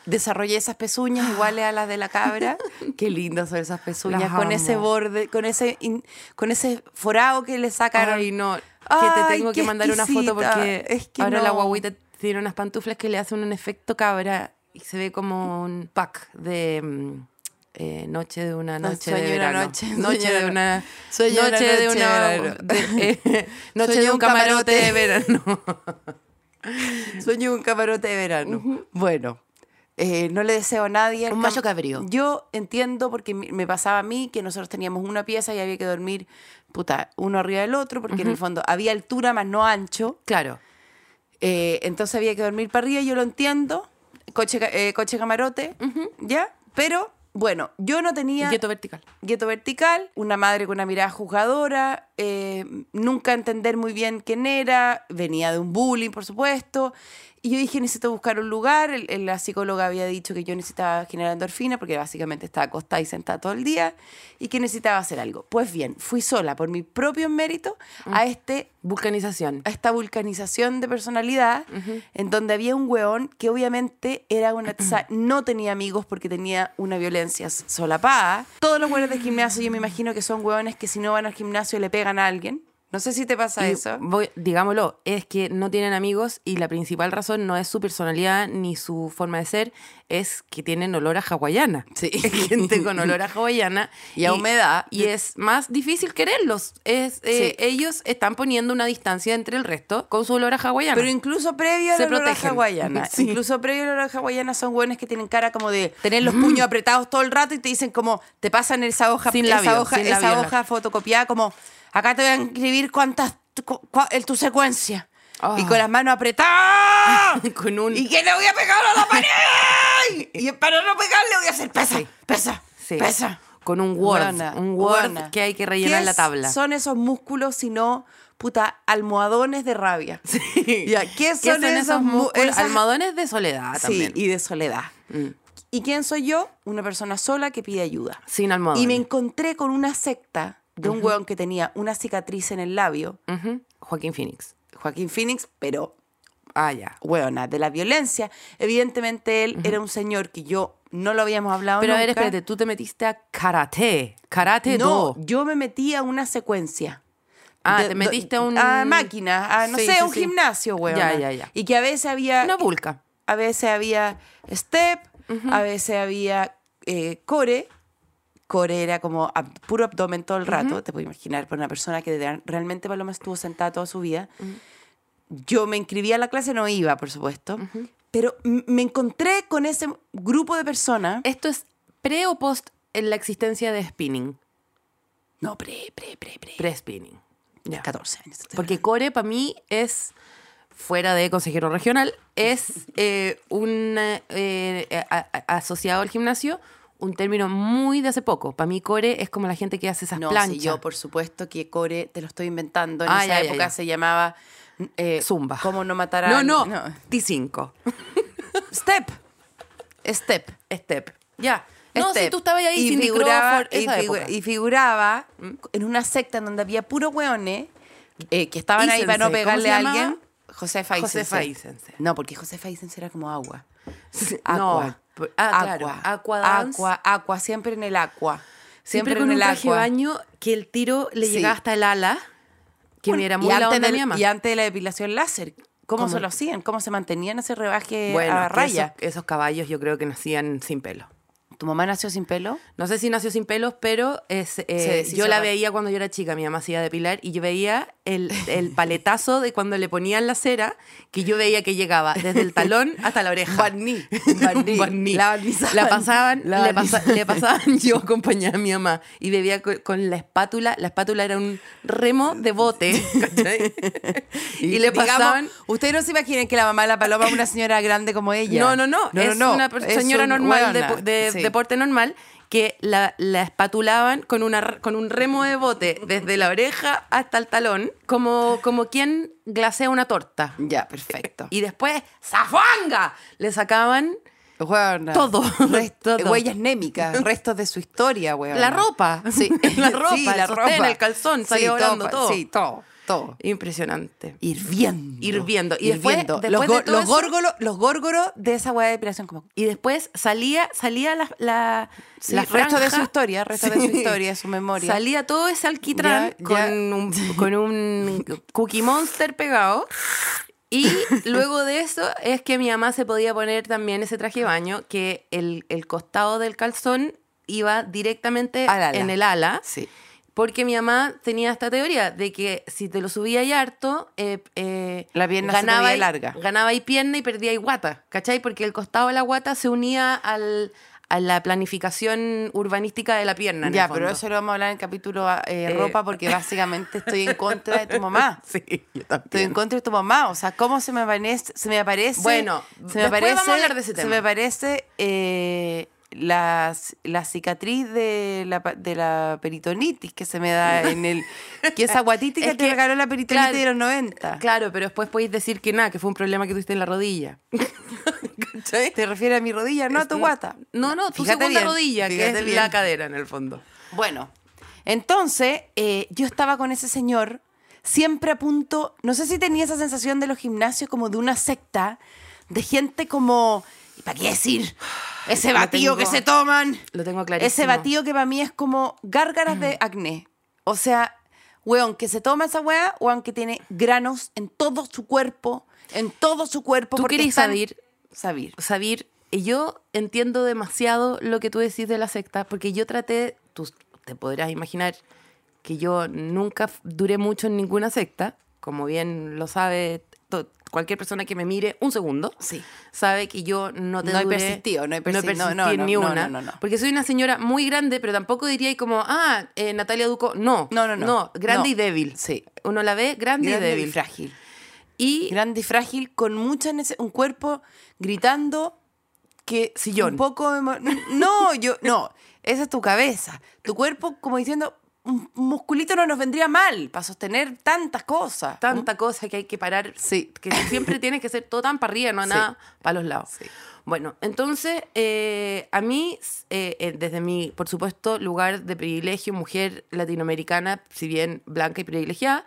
[SPEAKER 3] desarrollé esas pezuñas iguales a las de la cabra. Qué lindas son esas pezuñas.
[SPEAKER 2] Las
[SPEAKER 3] con ese
[SPEAKER 2] amo.
[SPEAKER 3] borde, con ese, in- con ese forado que le sacaron.
[SPEAKER 2] Ay, no. que te
[SPEAKER 4] Ay,
[SPEAKER 2] tengo
[SPEAKER 4] qué
[SPEAKER 2] que mandar una foto
[SPEAKER 4] exquisita.
[SPEAKER 2] porque
[SPEAKER 4] Es que
[SPEAKER 2] ahora la
[SPEAKER 4] no.
[SPEAKER 2] guaguita tiene unas pantuflas que le hacen un efecto cabra y se ve como un pack de mm, eh, noche de una noche
[SPEAKER 3] sueño
[SPEAKER 2] de
[SPEAKER 3] de una
[SPEAKER 2] verano.
[SPEAKER 3] noche,
[SPEAKER 2] noche
[SPEAKER 3] sueño de
[SPEAKER 2] de una
[SPEAKER 3] sueño de una
[SPEAKER 2] noche de
[SPEAKER 3] noche de
[SPEAKER 2] una
[SPEAKER 3] verano.
[SPEAKER 2] de- eh, noche
[SPEAKER 3] Sueño
[SPEAKER 2] de un camarote de verano.
[SPEAKER 3] Sueño un camarote de verano. Bueno, eh, no le deseo a nadie. el
[SPEAKER 2] Un
[SPEAKER 3] cam-
[SPEAKER 2] macho cabrío.
[SPEAKER 3] Yo entiendo porque mi- me pasaba a mí que nosotros teníamos una pieza y había que dormir, puta, uno arriba del otro, porque en el fondo había altura más no ancho.
[SPEAKER 2] Claro.
[SPEAKER 3] eh, entonces había que dormir para arriba, yo lo entiendo. Coche, ca- eh, coche camarote, ¿ya? Pero, bueno, yo no tenía.
[SPEAKER 2] Quieto vertical.
[SPEAKER 3] Gueto vertical, una madre con una mirada juzgadora, eh, nunca entender muy bien quién era, venía de un bullying, por supuesto. Y yo dije, necesito buscar un lugar. El- el- la psicóloga había dicho que yo necesitaba generar endorfina porque básicamente estaba acostada y sentada todo el día y que necesitaba hacer algo. Pues bien, fui sola por mi propio mérito a, este,
[SPEAKER 2] Mm. Vulcanización.
[SPEAKER 3] a esta vulcanización de personalidad en donde había un weón que obviamente era una tsa- no tenía amigos porque tenía una violencia s- solapada. Todos los weones del gimnasio yo me imagino que son weones que si no van al gimnasio le pegan a alguien. No sé si te pasa
[SPEAKER 2] Y
[SPEAKER 3] eso.
[SPEAKER 2] voy- digámoslo, es que no tienen amigos y la principal razón no es su personalidad ni su forma de ser, es que tienen olor a hawaiana.
[SPEAKER 3] Sí.
[SPEAKER 2] Es gente con olor a hawaiana.
[SPEAKER 3] Y a humedad.
[SPEAKER 2] Y es más difícil quererlos. Es, eh,
[SPEAKER 3] Sí.
[SPEAKER 2] Ellos están poniendo una distancia entre el resto con su olor a hawaiana.
[SPEAKER 3] Pero incluso previo a
[SPEAKER 2] Se
[SPEAKER 3] la
[SPEAKER 2] protegen.
[SPEAKER 3] naranja hawaiana.
[SPEAKER 2] Sí.
[SPEAKER 3] Incluso previo a la naranja hawaiana son weones que tienen cara como de "Mm". tener los puños apretados todo el rato y te dicen como, te pasan esa hoja,
[SPEAKER 2] Sin
[SPEAKER 3] esa
[SPEAKER 2] labio,
[SPEAKER 3] hoja,
[SPEAKER 2] sin
[SPEAKER 3] esa
[SPEAKER 2] labio,
[SPEAKER 3] hoja fotocopiada como, acá te voy a escribir cuántas, tu, cu- cua- el- tu secuencia.
[SPEAKER 2] Ah.
[SPEAKER 3] Y con las manos apretadas.
[SPEAKER 2] con un...
[SPEAKER 3] ¿Y qué le voy a pegar a la pared? Y para no pegarle voy a hacer pesa, pesa,
[SPEAKER 2] sí,
[SPEAKER 3] pesa.
[SPEAKER 2] Con un Word.
[SPEAKER 3] Weona,
[SPEAKER 2] un Word
[SPEAKER 3] weona.
[SPEAKER 2] que hay que rellenar
[SPEAKER 3] ¿Qué
[SPEAKER 2] la tabla.
[SPEAKER 3] son esos músculos sino, puta, almohadones de rabia? Ya, ¿qué, son esos mu-
[SPEAKER 2] músculos?
[SPEAKER 3] esas-
[SPEAKER 2] Almohadones de soledad
[SPEAKER 3] Sí,
[SPEAKER 2] Ah, también. Mm.
[SPEAKER 3] y de soledad. ¿Y quién soy yo? Una persona sola que pide ayuda.
[SPEAKER 2] Sin almohadones.
[SPEAKER 3] Y me encontré con una secta de un weón que tenía una cicatriz en el labio,
[SPEAKER 2] Ujú. Joaquín Phoenix.
[SPEAKER 3] Joaquín Phoenix, pero
[SPEAKER 2] Ah, ya.
[SPEAKER 3] weona, de la violencia. Evidentemente él era un señor que yo no lo habíamos hablado
[SPEAKER 2] Pero a ver,
[SPEAKER 3] Ah, nunca.
[SPEAKER 2] espérate, tú te metiste a karate. Karate
[SPEAKER 3] No,
[SPEAKER 2] no.
[SPEAKER 3] yo me metí a una secuencia.
[SPEAKER 2] Ah,
[SPEAKER 3] De-
[SPEAKER 2] te
[SPEAKER 3] de-
[SPEAKER 2] metiste a un.
[SPEAKER 3] A máquinas, a no
[SPEAKER 2] Sí,
[SPEAKER 3] sé,
[SPEAKER 2] sí,
[SPEAKER 3] un
[SPEAKER 2] sí.
[SPEAKER 3] gimnasio, weón.
[SPEAKER 2] Ya, ya, ya.
[SPEAKER 3] Y que a veces había.
[SPEAKER 2] Una vulca.
[SPEAKER 3] A veces había step, a veces había eh, core. Core era como ab- puro abdomen todo el rato. Te puedo imaginar, para una persona que de- realmente Paloma estuvo sentada toda su vida. Yo me inscribí a la clase, no iba, por supuesto. Pero m- me encontré con ese grupo de personas.
[SPEAKER 2] Esto es pre o post en la existencia de spinning.
[SPEAKER 3] No, pre, pre, pre, pre.
[SPEAKER 2] Pre-spinning. Ya.
[SPEAKER 3] 14 años.
[SPEAKER 2] Porque core para mí es. Fuera de consejero regional, es eh, un eh, eh, a- a- asociado al gimnasio, un término muy de hace poco. Para mí, core es como la gente que hace esas
[SPEAKER 3] No, sí,
[SPEAKER 2] planchas.
[SPEAKER 3] yo por supuesto que core, te lo estoy inventando. En
[SPEAKER 2] Ah,
[SPEAKER 3] esa
[SPEAKER 2] ya, ya,
[SPEAKER 3] época
[SPEAKER 2] ya.
[SPEAKER 3] se llamaba eh,
[SPEAKER 2] Zumba.
[SPEAKER 3] ¿Cómo no matar a
[SPEAKER 2] No, no,
[SPEAKER 3] alguien?
[SPEAKER 2] T5.
[SPEAKER 3] Step. Step.
[SPEAKER 2] Step. Ya. Eh, No,
[SPEAKER 3] Step.
[SPEAKER 2] si tú estabas ahí
[SPEAKER 3] y
[SPEAKER 2] sin
[SPEAKER 3] figuraba,
[SPEAKER 2] micrófono. esa
[SPEAKER 3] y, figu-
[SPEAKER 2] época.
[SPEAKER 3] y figuraba mm, en una secta en donde había puros hueones eh, que estaban ahí para no
[SPEAKER 2] Eisense, ¿cómo se
[SPEAKER 3] pegarle a
[SPEAKER 2] llamaba?
[SPEAKER 3] alguien. José Faisense.
[SPEAKER 2] Josefa Eisense.
[SPEAKER 3] No, porque José Faisense era como agua.
[SPEAKER 2] Sí,
[SPEAKER 3] Aqua.
[SPEAKER 2] No, ah, claro. Aqua dance.
[SPEAKER 3] Aqua, aqua, siempre en el agua.
[SPEAKER 2] Siempre,
[SPEAKER 3] Siempre,
[SPEAKER 2] con
[SPEAKER 3] en
[SPEAKER 2] un
[SPEAKER 3] el
[SPEAKER 2] traje de
[SPEAKER 3] agua.
[SPEAKER 2] baño que el tiro le
[SPEAKER 3] Sí.
[SPEAKER 2] llegaba hasta el ala. Que
[SPEAKER 3] Bueno,
[SPEAKER 2] me era
[SPEAKER 3] y
[SPEAKER 2] muy la
[SPEAKER 3] antes
[SPEAKER 2] onda de
[SPEAKER 3] del-
[SPEAKER 2] mi mamá.
[SPEAKER 3] Y antes de la depilación láser, ¿cómo,
[SPEAKER 2] ¿Cómo?
[SPEAKER 3] se lo hacían? ¿Cómo se mantenían ese rebaje
[SPEAKER 2] bueno,
[SPEAKER 3] a
[SPEAKER 2] que
[SPEAKER 3] raya?
[SPEAKER 2] Esos, esos caballos yo creo que nacían sin pelo.
[SPEAKER 3] ¿Tu mamá nació sin pelo?
[SPEAKER 2] No sé si nació sin pelos, pero es, eh,
[SPEAKER 3] deshizo
[SPEAKER 2] yo la
[SPEAKER 3] rápido.
[SPEAKER 2] veía cuando yo era chica, mi mamá se iba a depilar y yo veía el, el paletazo de cuando le ponían la cera, que yo veía que llegaba desde el talón hasta la oreja.
[SPEAKER 3] Barniz,
[SPEAKER 2] Un
[SPEAKER 3] barniz.
[SPEAKER 2] barniz.
[SPEAKER 3] La barnizaban.
[SPEAKER 2] La pasaban,
[SPEAKER 3] La
[SPEAKER 2] le, pasa- le pasaban, yo acompañaba a mi mamá y bebía co- con, la espátula, la espátula era un remo de bote, ¿cachai? y, le
[SPEAKER 3] digamos,
[SPEAKER 2] pasaban...
[SPEAKER 3] Ustedes no se imaginen que la mamá de la paloma es una señora grande como ella.
[SPEAKER 2] No, no, no, es una per-
[SPEAKER 3] es
[SPEAKER 2] señora
[SPEAKER 3] un-
[SPEAKER 2] normal, de,
[SPEAKER 3] weona,
[SPEAKER 2] po- de-
[SPEAKER 3] sí.
[SPEAKER 2] de porte normal, que la, la espatulaban con, una, r- con un remo de bote desde la oreja hasta el talón, como, como quien glasea una torta.
[SPEAKER 3] Ya, perfecto.
[SPEAKER 2] Y después, ¡zafuanga! Le sacaban
[SPEAKER 3] Weona,
[SPEAKER 2] Todo,
[SPEAKER 3] rest- eh,
[SPEAKER 2] todo.
[SPEAKER 3] Huellas némicas, restos de su historia, weona.
[SPEAKER 2] la ropa.
[SPEAKER 3] Sí,
[SPEAKER 2] la ropa,
[SPEAKER 3] Sí, la
[SPEAKER 2] el sostén,
[SPEAKER 3] ropa.
[SPEAKER 2] el calzón,
[SPEAKER 3] Sí,
[SPEAKER 2] salía volando
[SPEAKER 3] pa-
[SPEAKER 2] todo.
[SPEAKER 3] Sí, todo. todo.
[SPEAKER 2] Impresionante.
[SPEAKER 3] Hirviendo.
[SPEAKER 2] Hirviendo. Y después- después
[SPEAKER 3] los,
[SPEAKER 2] de
[SPEAKER 3] gor-
[SPEAKER 2] todo
[SPEAKER 3] los
[SPEAKER 2] eso-
[SPEAKER 3] górgolos, los górgolos de esa hueá de depilación como
[SPEAKER 2] Y después salía, salía la, la,
[SPEAKER 3] Sí,
[SPEAKER 2] la
[SPEAKER 3] resto de
[SPEAKER 2] franja.
[SPEAKER 3] su historia, resto de su historia, su memoria.
[SPEAKER 2] Salía todo ese alquitrán
[SPEAKER 3] Ya, ya.
[SPEAKER 2] Con, un, con un cookie monster pegado. Y luego de eso es que mi mamá se podía poner también ese traje de baño, que el, el costado del calzón iba directamente
[SPEAKER 3] Al ala.
[SPEAKER 2] en el ala.
[SPEAKER 3] Sí.
[SPEAKER 2] Porque mi mamá tenía esta teoría de que si te lo subía y harto, eh, eh,
[SPEAKER 3] La pierna se te veía
[SPEAKER 2] y-
[SPEAKER 3] larga.
[SPEAKER 2] Ganaba ahí pierna y perdía ahí guata, ¿cachai? Porque el costado de la guata se unía al, a la planificación urbanística de la pierna. en
[SPEAKER 3] Ya,
[SPEAKER 2] el fondo.
[SPEAKER 3] pero eso lo vamos a hablar en el capítulo eh, ropa porque básicamente estoy en contra de tu mamá.
[SPEAKER 2] Sí, yo
[SPEAKER 3] Estoy en contra de tu mamá. O sea, ¿cómo se me aparece? Se me aparece
[SPEAKER 2] Bueno,
[SPEAKER 3] se me
[SPEAKER 2] después
[SPEAKER 3] aparece,
[SPEAKER 2] vamos a hablar de ese
[SPEAKER 3] Se
[SPEAKER 2] tema.
[SPEAKER 3] me aparece eh, las- la cicatriz de la, pa- de la peritonitis que se me da en el. que esa guatítica
[SPEAKER 2] Es
[SPEAKER 3] que,
[SPEAKER 2] que-
[SPEAKER 3] regaló la peritonitis
[SPEAKER 2] claro,
[SPEAKER 3] de los 90.
[SPEAKER 2] Claro, pero después podéis decir que nada, que fue un problema que tuviste en la rodilla. ¿Cachai?
[SPEAKER 3] ¿Te refieres a mi rodilla? No a Ah, tu guata.
[SPEAKER 2] No, no, tu
[SPEAKER 3] Fíjate
[SPEAKER 2] segunda
[SPEAKER 3] bien,
[SPEAKER 2] rodilla, que
[SPEAKER 3] fíjate
[SPEAKER 2] es
[SPEAKER 3] bien.
[SPEAKER 2] la cadera en el fondo.
[SPEAKER 3] Bueno, entonces eh, yo estaba con ese señor siempre a punto, no sé si tenía esa sensación de los gimnasios como de una secta, de gente como, ¿y para qué decir? Ese
[SPEAKER 2] Lo tengo-
[SPEAKER 3] batido que se toman.
[SPEAKER 2] lo tengo clarísimo.
[SPEAKER 3] Ese batido que para mí es como gárgaras de acné. O sea, weón, que se toma esa weá, weón, que tiene granos en todo su cuerpo, en todo su cuerpo.
[SPEAKER 2] ¿Tú
[SPEAKER 3] porque
[SPEAKER 2] querés
[SPEAKER 3] están-
[SPEAKER 2] saber?
[SPEAKER 3] Sabir.
[SPEAKER 2] Sabir, yo entiendo demasiado lo que tú decís de la secta, porque yo traté, tú te podrás imaginar que yo nunca f- duré mucho en ninguna secta, como bien lo sabe to- cualquier persona que me mire un segundo,
[SPEAKER 3] Sí.
[SPEAKER 2] sabe que yo no te
[SPEAKER 3] No he
[SPEAKER 2] duré-
[SPEAKER 3] persistido, no he persi- no,
[SPEAKER 2] persistí
[SPEAKER 3] no,
[SPEAKER 2] en
[SPEAKER 3] no,
[SPEAKER 2] ni
[SPEAKER 3] no,
[SPEAKER 2] una,
[SPEAKER 3] no, no, no.
[SPEAKER 2] porque soy una señora muy grande, pero tampoco diría ahí como, ah, eh, Natalia Duco, no,
[SPEAKER 3] No, no, no.
[SPEAKER 2] grande
[SPEAKER 3] No.
[SPEAKER 2] y débil,
[SPEAKER 3] Sí.
[SPEAKER 2] uno la ve grande,
[SPEAKER 3] Grande
[SPEAKER 2] y débil,
[SPEAKER 3] y frágil.
[SPEAKER 2] y
[SPEAKER 3] grande y frágil, con muchas nece- un cuerpo gritando que
[SPEAKER 2] Sillón.
[SPEAKER 3] un poco emo- no yo no esa es tu cabeza tu cuerpo como diciendo un un musculito no nos vendría mal para sostener tantas cosas Mm.
[SPEAKER 2] tanta cosa que hay que parar.
[SPEAKER 3] Sí.
[SPEAKER 2] Que siempre tiene que ser todo tan para arriba, no
[SPEAKER 3] Sí.
[SPEAKER 2] nada para los lados.
[SPEAKER 3] Sí.
[SPEAKER 2] Bueno, entonces, eh, a mí, eh, eh, desde mi, por supuesto, lugar de privilegio, mujer latinoamericana, si bien blanca y privilegiada,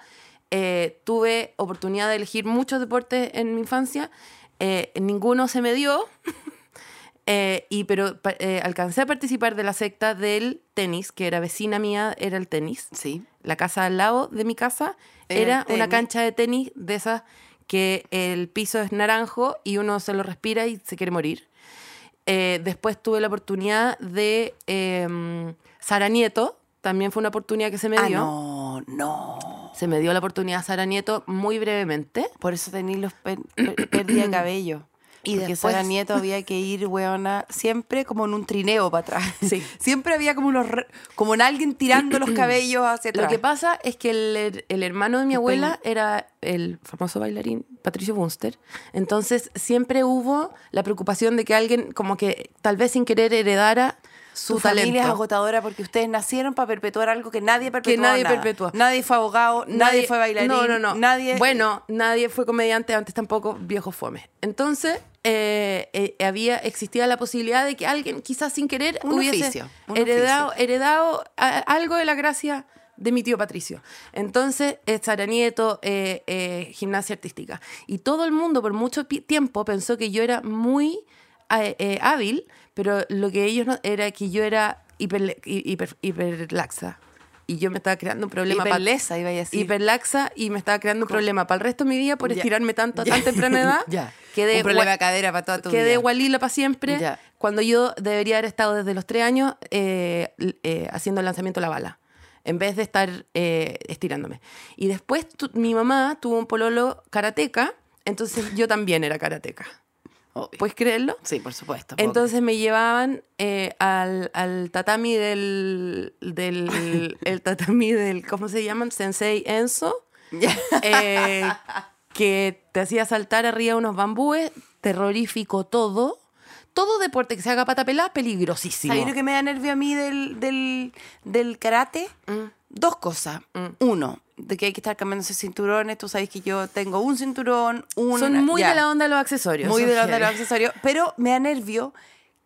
[SPEAKER 2] eh, tuve oportunidad de elegir muchos deportes en mi infancia. Eh, ninguno se me dio. Eh, y pero pa- eh, alcancé a participar de la secta del tenis, que era vecina mía, era el tenis.
[SPEAKER 3] sí
[SPEAKER 2] La casa al lado de mi casa
[SPEAKER 3] Era
[SPEAKER 2] era una
[SPEAKER 3] tenis.
[SPEAKER 2] cancha de tenis de esas que el piso es naranjo y uno se lo respira y se quiere morir. Eh, después tuve la oportunidad de em, Sara Nieto, también fue una oportunidad que se me
[SPEAKER 3] ah
[SPEAKER 2] dio.
[SPEAKER 3] no no
[SPEAKER 2] Se me dio la oportunidad Sara Nieto muy brevemente.
[SPEAKER 3] por eso tenía los per- per- pérdida de cabello
[SPEAKER 2] Y
[SPEAKER 3] y porque
[SPEAKER 2] después-
[SPEAKER 3] Sara Nieto había que ir, weona, siempre como en un trineo para atrás.
[SPEAKER 2] Sí.
[SPEAKER 3] Siempre había como unos re- como en alguien tirando los cabellos hacia atrás.
[SPEAKER 2] Lo que pasa es que el, her- el hermano de mi
[SPEAKER 3] El
[SPEAKER 2] abuela era el famoso bailarín Patricio Bunster. Entonces siempre hubo la preocupación de que alguien, como que tal vez sin querer, heredara su
[SPEAKER 3] su
[SPEAKER 2] talento.
[SPEAKER 3] familia es agotadora porque ustedes nacieron para perpetuar algo que nadie perpetuó.
[SPEAKER 2] que nadie
[SPEAKER 3] nada.
[SPEAKER 2] perpetuó.
[SPEAKER 3] Nadie fue abogado, nadie, fue bailarín.
[SPEAKER 2] No, no, no.
[SPEAKER 3] Nadie.
[SPEAKER 2] Bueno, nadie fue comediante antes tampoco, viejo fome. Entonces, eh, eh, había, existía la posibilidad de que alguien, quizás sin querer,
[SPEAKER 3] Un
[SPEAKER 2] hubiese
[SPEAKER 3] oficio, un
[SPEAKER 2] heredado, heredado a- algo de la gracia de mi tío Patricio. Entonces, eh, Sara Nieto, eh, eh, gimnasia artística. Y todo el mundo por mucho pi- tiempo pensó que yo era muy eh, eh, hábil, pero lo que ellos no, era que yo era hiper, hiper, hiperlaxa. Y yo me estaba creando un problema. pa-
[SPEAKER 3] Hiperlesa, iba a decir.
[SPEAKER 2] hiperlaxa y me estaba creando un problema para el resto de mi vida por
[SPEAKER 3] Ya.
[SPEAKER 2] estirarme tanto a
[SPEAKER 3] Ya.
[SPEAKER 2] tan temprana edad.
[SPEAKER 3] Ya.
[SPEAKER 2] Quedé
[SPEAKER 3] Un problema
[SPEAKER 2] gua-
[SPEAKER 3] de cadera para toda tu
[SPEAKER 2] quedé
[SPEAKER 3] vida.
[SPEAKER 2] gualila para siempre.
[SPEAKER 3] Ya.
[SPEAKER 2] Cuando yo debería haber estado desde los tres años eh, l- eh, haciendo el lanzamiento a la bala. En vez de estar eh, estirándome. Y después tu- mi mamá tuvo un pololo karateca. Entonces yo también era karateca.
[SPEAKER 3] Obvio.
[SPEAKER 2] ¿Puedes creerlo?
[SPEAKER 3] Oh, pues, sí, por supuesto. pobre.
[SPEAKER 2] Entonces me llevaban eh, al, al tatami del, del el tatami del ¿cómo se llaman? Sensei Enzo,
[SPEAKER 3] Ya.
[SPEAKER 2] eh, que te hacía saltar arriba de unos bambúes, terrorífico todo. Todo deporte que se haga pata pelada, peligrosísimo.
[SPEAKER 3] ¿Sabéis lo que me da nervio a mí del, del, del karate?
[SPEAKER 2] Mm.
[SPEAKER 3] Dos cosas. Uno, de que hay que estar cambiándose cinturones. Tú sabes que yo tengo un cinturón, un.
[SPEAKER 2] Son muy
[SPEAKER 3] ya.
[SPEAKER 2] de la onda los accesorios.
[SPEAKER 3] Muy
[SPEAKER 2] son
[SPEAKER 3] de la onda de los
[SPEAKER 2] heavy.
[SPEAKER 3] accesorios. Pero me da nervio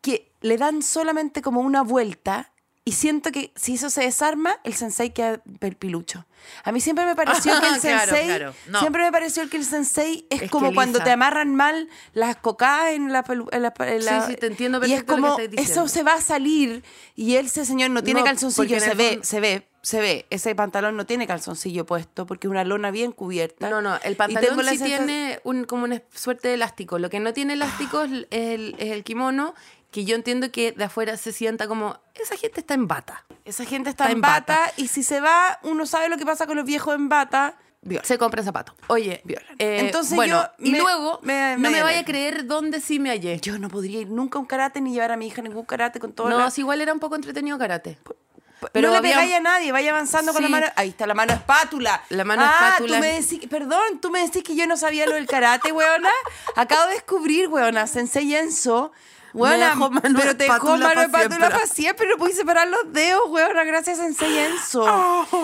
[SPEAKER 3] que le dan solamente como una vuelta Y siento que si eso se desarma, el sensei queda perpilucho. A mí siempre me pareció que el
[SPEAKER 4] Claro,
[SPEAKER 3] sensei.
[SPEAKER 4] claro, no.
[SPEAKER 3] Siempre me pareció que el sensei es,
[SPEAKER 4] Es
[SPEAKER 3] como
[SPEAKER 4] que
[SPEAKER 3] cuando
[SPEAKER 4] lisa.
[SPEAKER 3] te amarran mal las cocadas en la. pelu- en la- en la-
[SPEAKER 2] Sí, sí, te entiendo
[SPEAKER 3] Y
[SPEAKER 2] perfecto
[SPEAKER 3] es
[SPEAKER 2] lo que
[SPEAKER 3] como,
[SPEAKER 2] estáis diciendo.
[SPEAKER 3] eso se va a salir y él, ese señor, no tiene
[SPEAKER 2] No, porque
[SPEAKER 3] calzoncillo.
[SPEAKER 2] en
[SPEAKER 3] Se
[SPEAKER 2] el
[SPEAKER 3] ve,
[SPEAKER 2] fondo-
[SPEAKER 3] se ve, se ve. Ese pantalón no tiene calzoncillo puesto porque es una lona bien cubierta.
[SPEAKER 2] No, no, el
[SPEAKER 3] Y
[SPEAKER 2] pantalón
[SPEAKER 3] tengo la
[SPEAKER 2] sí
[SPEAKER 3] sensación-
[SPEAKER 2] tiene un- como una suerte de elástico. Lo que no tiene elástico es el, es el kimono, que yo entiendo que de afuera se sienta como, esa gente está en bata.
[SPEAKER 3] Esa gente está,
[SPEAKER 2] Está
[SPEAKER 3] en
[SPEAKER 2] en
[SPEAKER 3] bata, y si se va, uno sabe lo que pasa con los viejos en bata.
[SPEAKER 2] Se compran zapatos. Oye,
[SPEAKER 3] Violan.
[SPEAKER 2] eh,
[SPEAKER 3] Entonces
[SPEAKER 2] bueno,
[SPEAKER 3] yo
[SPEAKER 2] y
[SPEAKER 3] me-
[SPEAKER 2] luego
[SPEAKER 3] me- me
[SPEAKER 2] no me vaya
[SPEAKER 3] llené.
[SPEAKER 2] a creer dónde sí me hallé.
[SPEAKER 3] Yo no podría ir nunca a un karate ni llevar a mi hija a ningún karate con todo
[SPEAKER 2] no,
[SPEAKER 3] la-
[SPEAKER 2] si igual era un poco entretenido karate.
[SPEAKER 3] Pero
[SPEAKER 2] pero
[SPEAKER 3] no le
[SPEAKER 2] había-
[SPEAKER 3] pegáis a nadie, vaya avanzando con la
[SPEAKER 2] Sí.
[SPEAKER 3] mano. Ahí está la mano espátula.
[SPEAKER 2] La mano
[SPEAKER 3] Ah,
[SPEAKER 2] espátula
[SPEAKER 3] Tú
[SPEAKER 2] es-
[SPEAKER 3] me decís, perdón, tú me decís que yo no sabía lo del karate, weona. Acabo de descubrir, weona, Sensei Enzo. Weona,
[SPEAKER 2] dejó mano
[SPEAKER 3] pero te dejó
[SPEAKER 2] espátula
[SPEAKER 3] mano
[SPEAKER 2] pa'
[SPEAKER 3] espátula
[SPEAKER 2] siempre.
[SPEAKER 3] para siempre, no pude separar los dedos, weona, gracias a Sensei Enzo.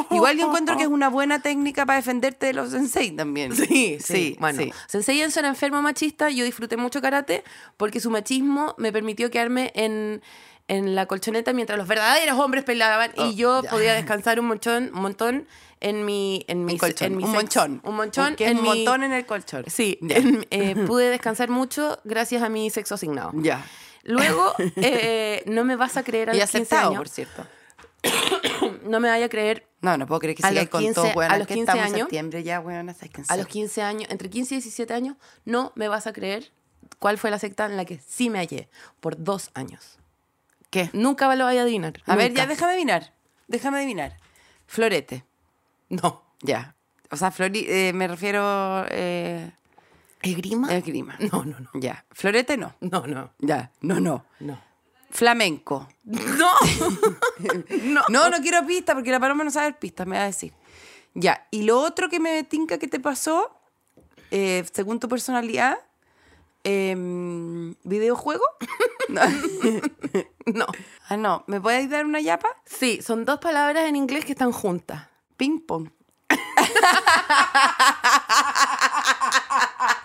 [SPEAKER 3] Igual yo encuentro que es una buena técnica para defenderte de los sensei también.
[SPEAKER 2] Sí, sí, bueno.
[SPEAKER 3] sí.
[SPEAKER 2] Sensei Enzo era enfermo machista, yo disfruté mucho karate porque su machismo me permitió quedarme en, en la colchoneta mientras los verdaderos hombres peleaban
[SPEAKER 3] Oh,
[SPEAKER 2] y yo
[SPEAKER 3] ya.
[SPEAKER 2] podía descansar un montón, un montón en mi en mi,
[SPEAKER 3] Un colchón,
[SPEAKER 2] en mi
[SPEAKER 3] un
[SPEAKER 2] sex-
[SPEAKER 3] monchón.
[SPEAKER 2] un monchón
[SPEAKER 3] Que es
[SPEAKER 2] en
[SPEAKER 3] un
[SPEAKER 2] mi-
[SPEAKER 3] montón en el colchón.
[SPEAKER 2] Sí,
[SPEAKER 3] Ya.
[SPEAKER 2] en- eh, pude descansar mucho gracias a mi sexo asignado.
[SPEAKER 3] Ya.
[SPEAKER 2] Luego, eh, no me vas a creer a
[SPEAKER 3] Y
[SPEAKER 2] los 15
[SPEAKER 3] aceptado, por
[SPEAKER 2] años.
[SPEAKER 3] cierto.
[SPEAKER 2] No me vaya a creer
[SPEAKER 3] No, no puedo creer que
[SPEAKER 2] A
[SPEAKER 3] sigáis
[SPEAKER 2] los
[SPEAKER 3] con
[SPEAKER 2] 15
[SPEAKER 3] todo, weona.
[SPEAKER 2] a los
[SPEAKER 3] que
[SPEAKER 2] 15
[SPEAKER 3] estamos en
[SPEAKER 2] años.
[SPEAKER 3] septiembre ya, weona, estáis
[SPEAKER 2] a
[SPEAKER 3] cansados.
[SPEAKER 2] los 15 años, entre 15 y 17 años, no me vas a creer cuál fue la secta en la que sí me hallé por dos años.
[SPEAKER 3] ¿Qué?
[SPEAKER 2] Nunca lo vaya a adivinar.
[SPEAKER 3] A ver,
[SPEAKER 2] Mm, nunca.
[SPEAKER 3] ya déjame adivinar. Déjame adivinar. Florete.
[SPEAKER 2] No.
[SPEAKER 3] Ya. O sea, flori eh, me refiero eh,
[SPEAKER 2] ¿Esgrima?
[SPEAKER 3] esgrima.
[SPEAKER 2] No, no, no.
[SPEAKER 3] Ya. Florete no.
[SPEAKER 2] No, no.
[SPEAKER 3] Ya. No, no.
[SPEAKER 2] No.
[SPEAKER 3] Flamenco.
[SPEAKER 2] ¡No! no.
[SPEAKER 3] No, no quiero pista porque la paloma no sabe dar pistas, me va a decir. Ya. Y lo otro que me tinca que te pasó, eh, según tu personalidad, em, videojuego. No.
[SPEAKER 2] No.
[SPEAKER 3] ah, no. ¿Me puedes dar una yapa?
[SPEAKER 2] Sí, son dos palabras en inglés que están juntas.
[SPEAKER 3] Ping pong. Ah.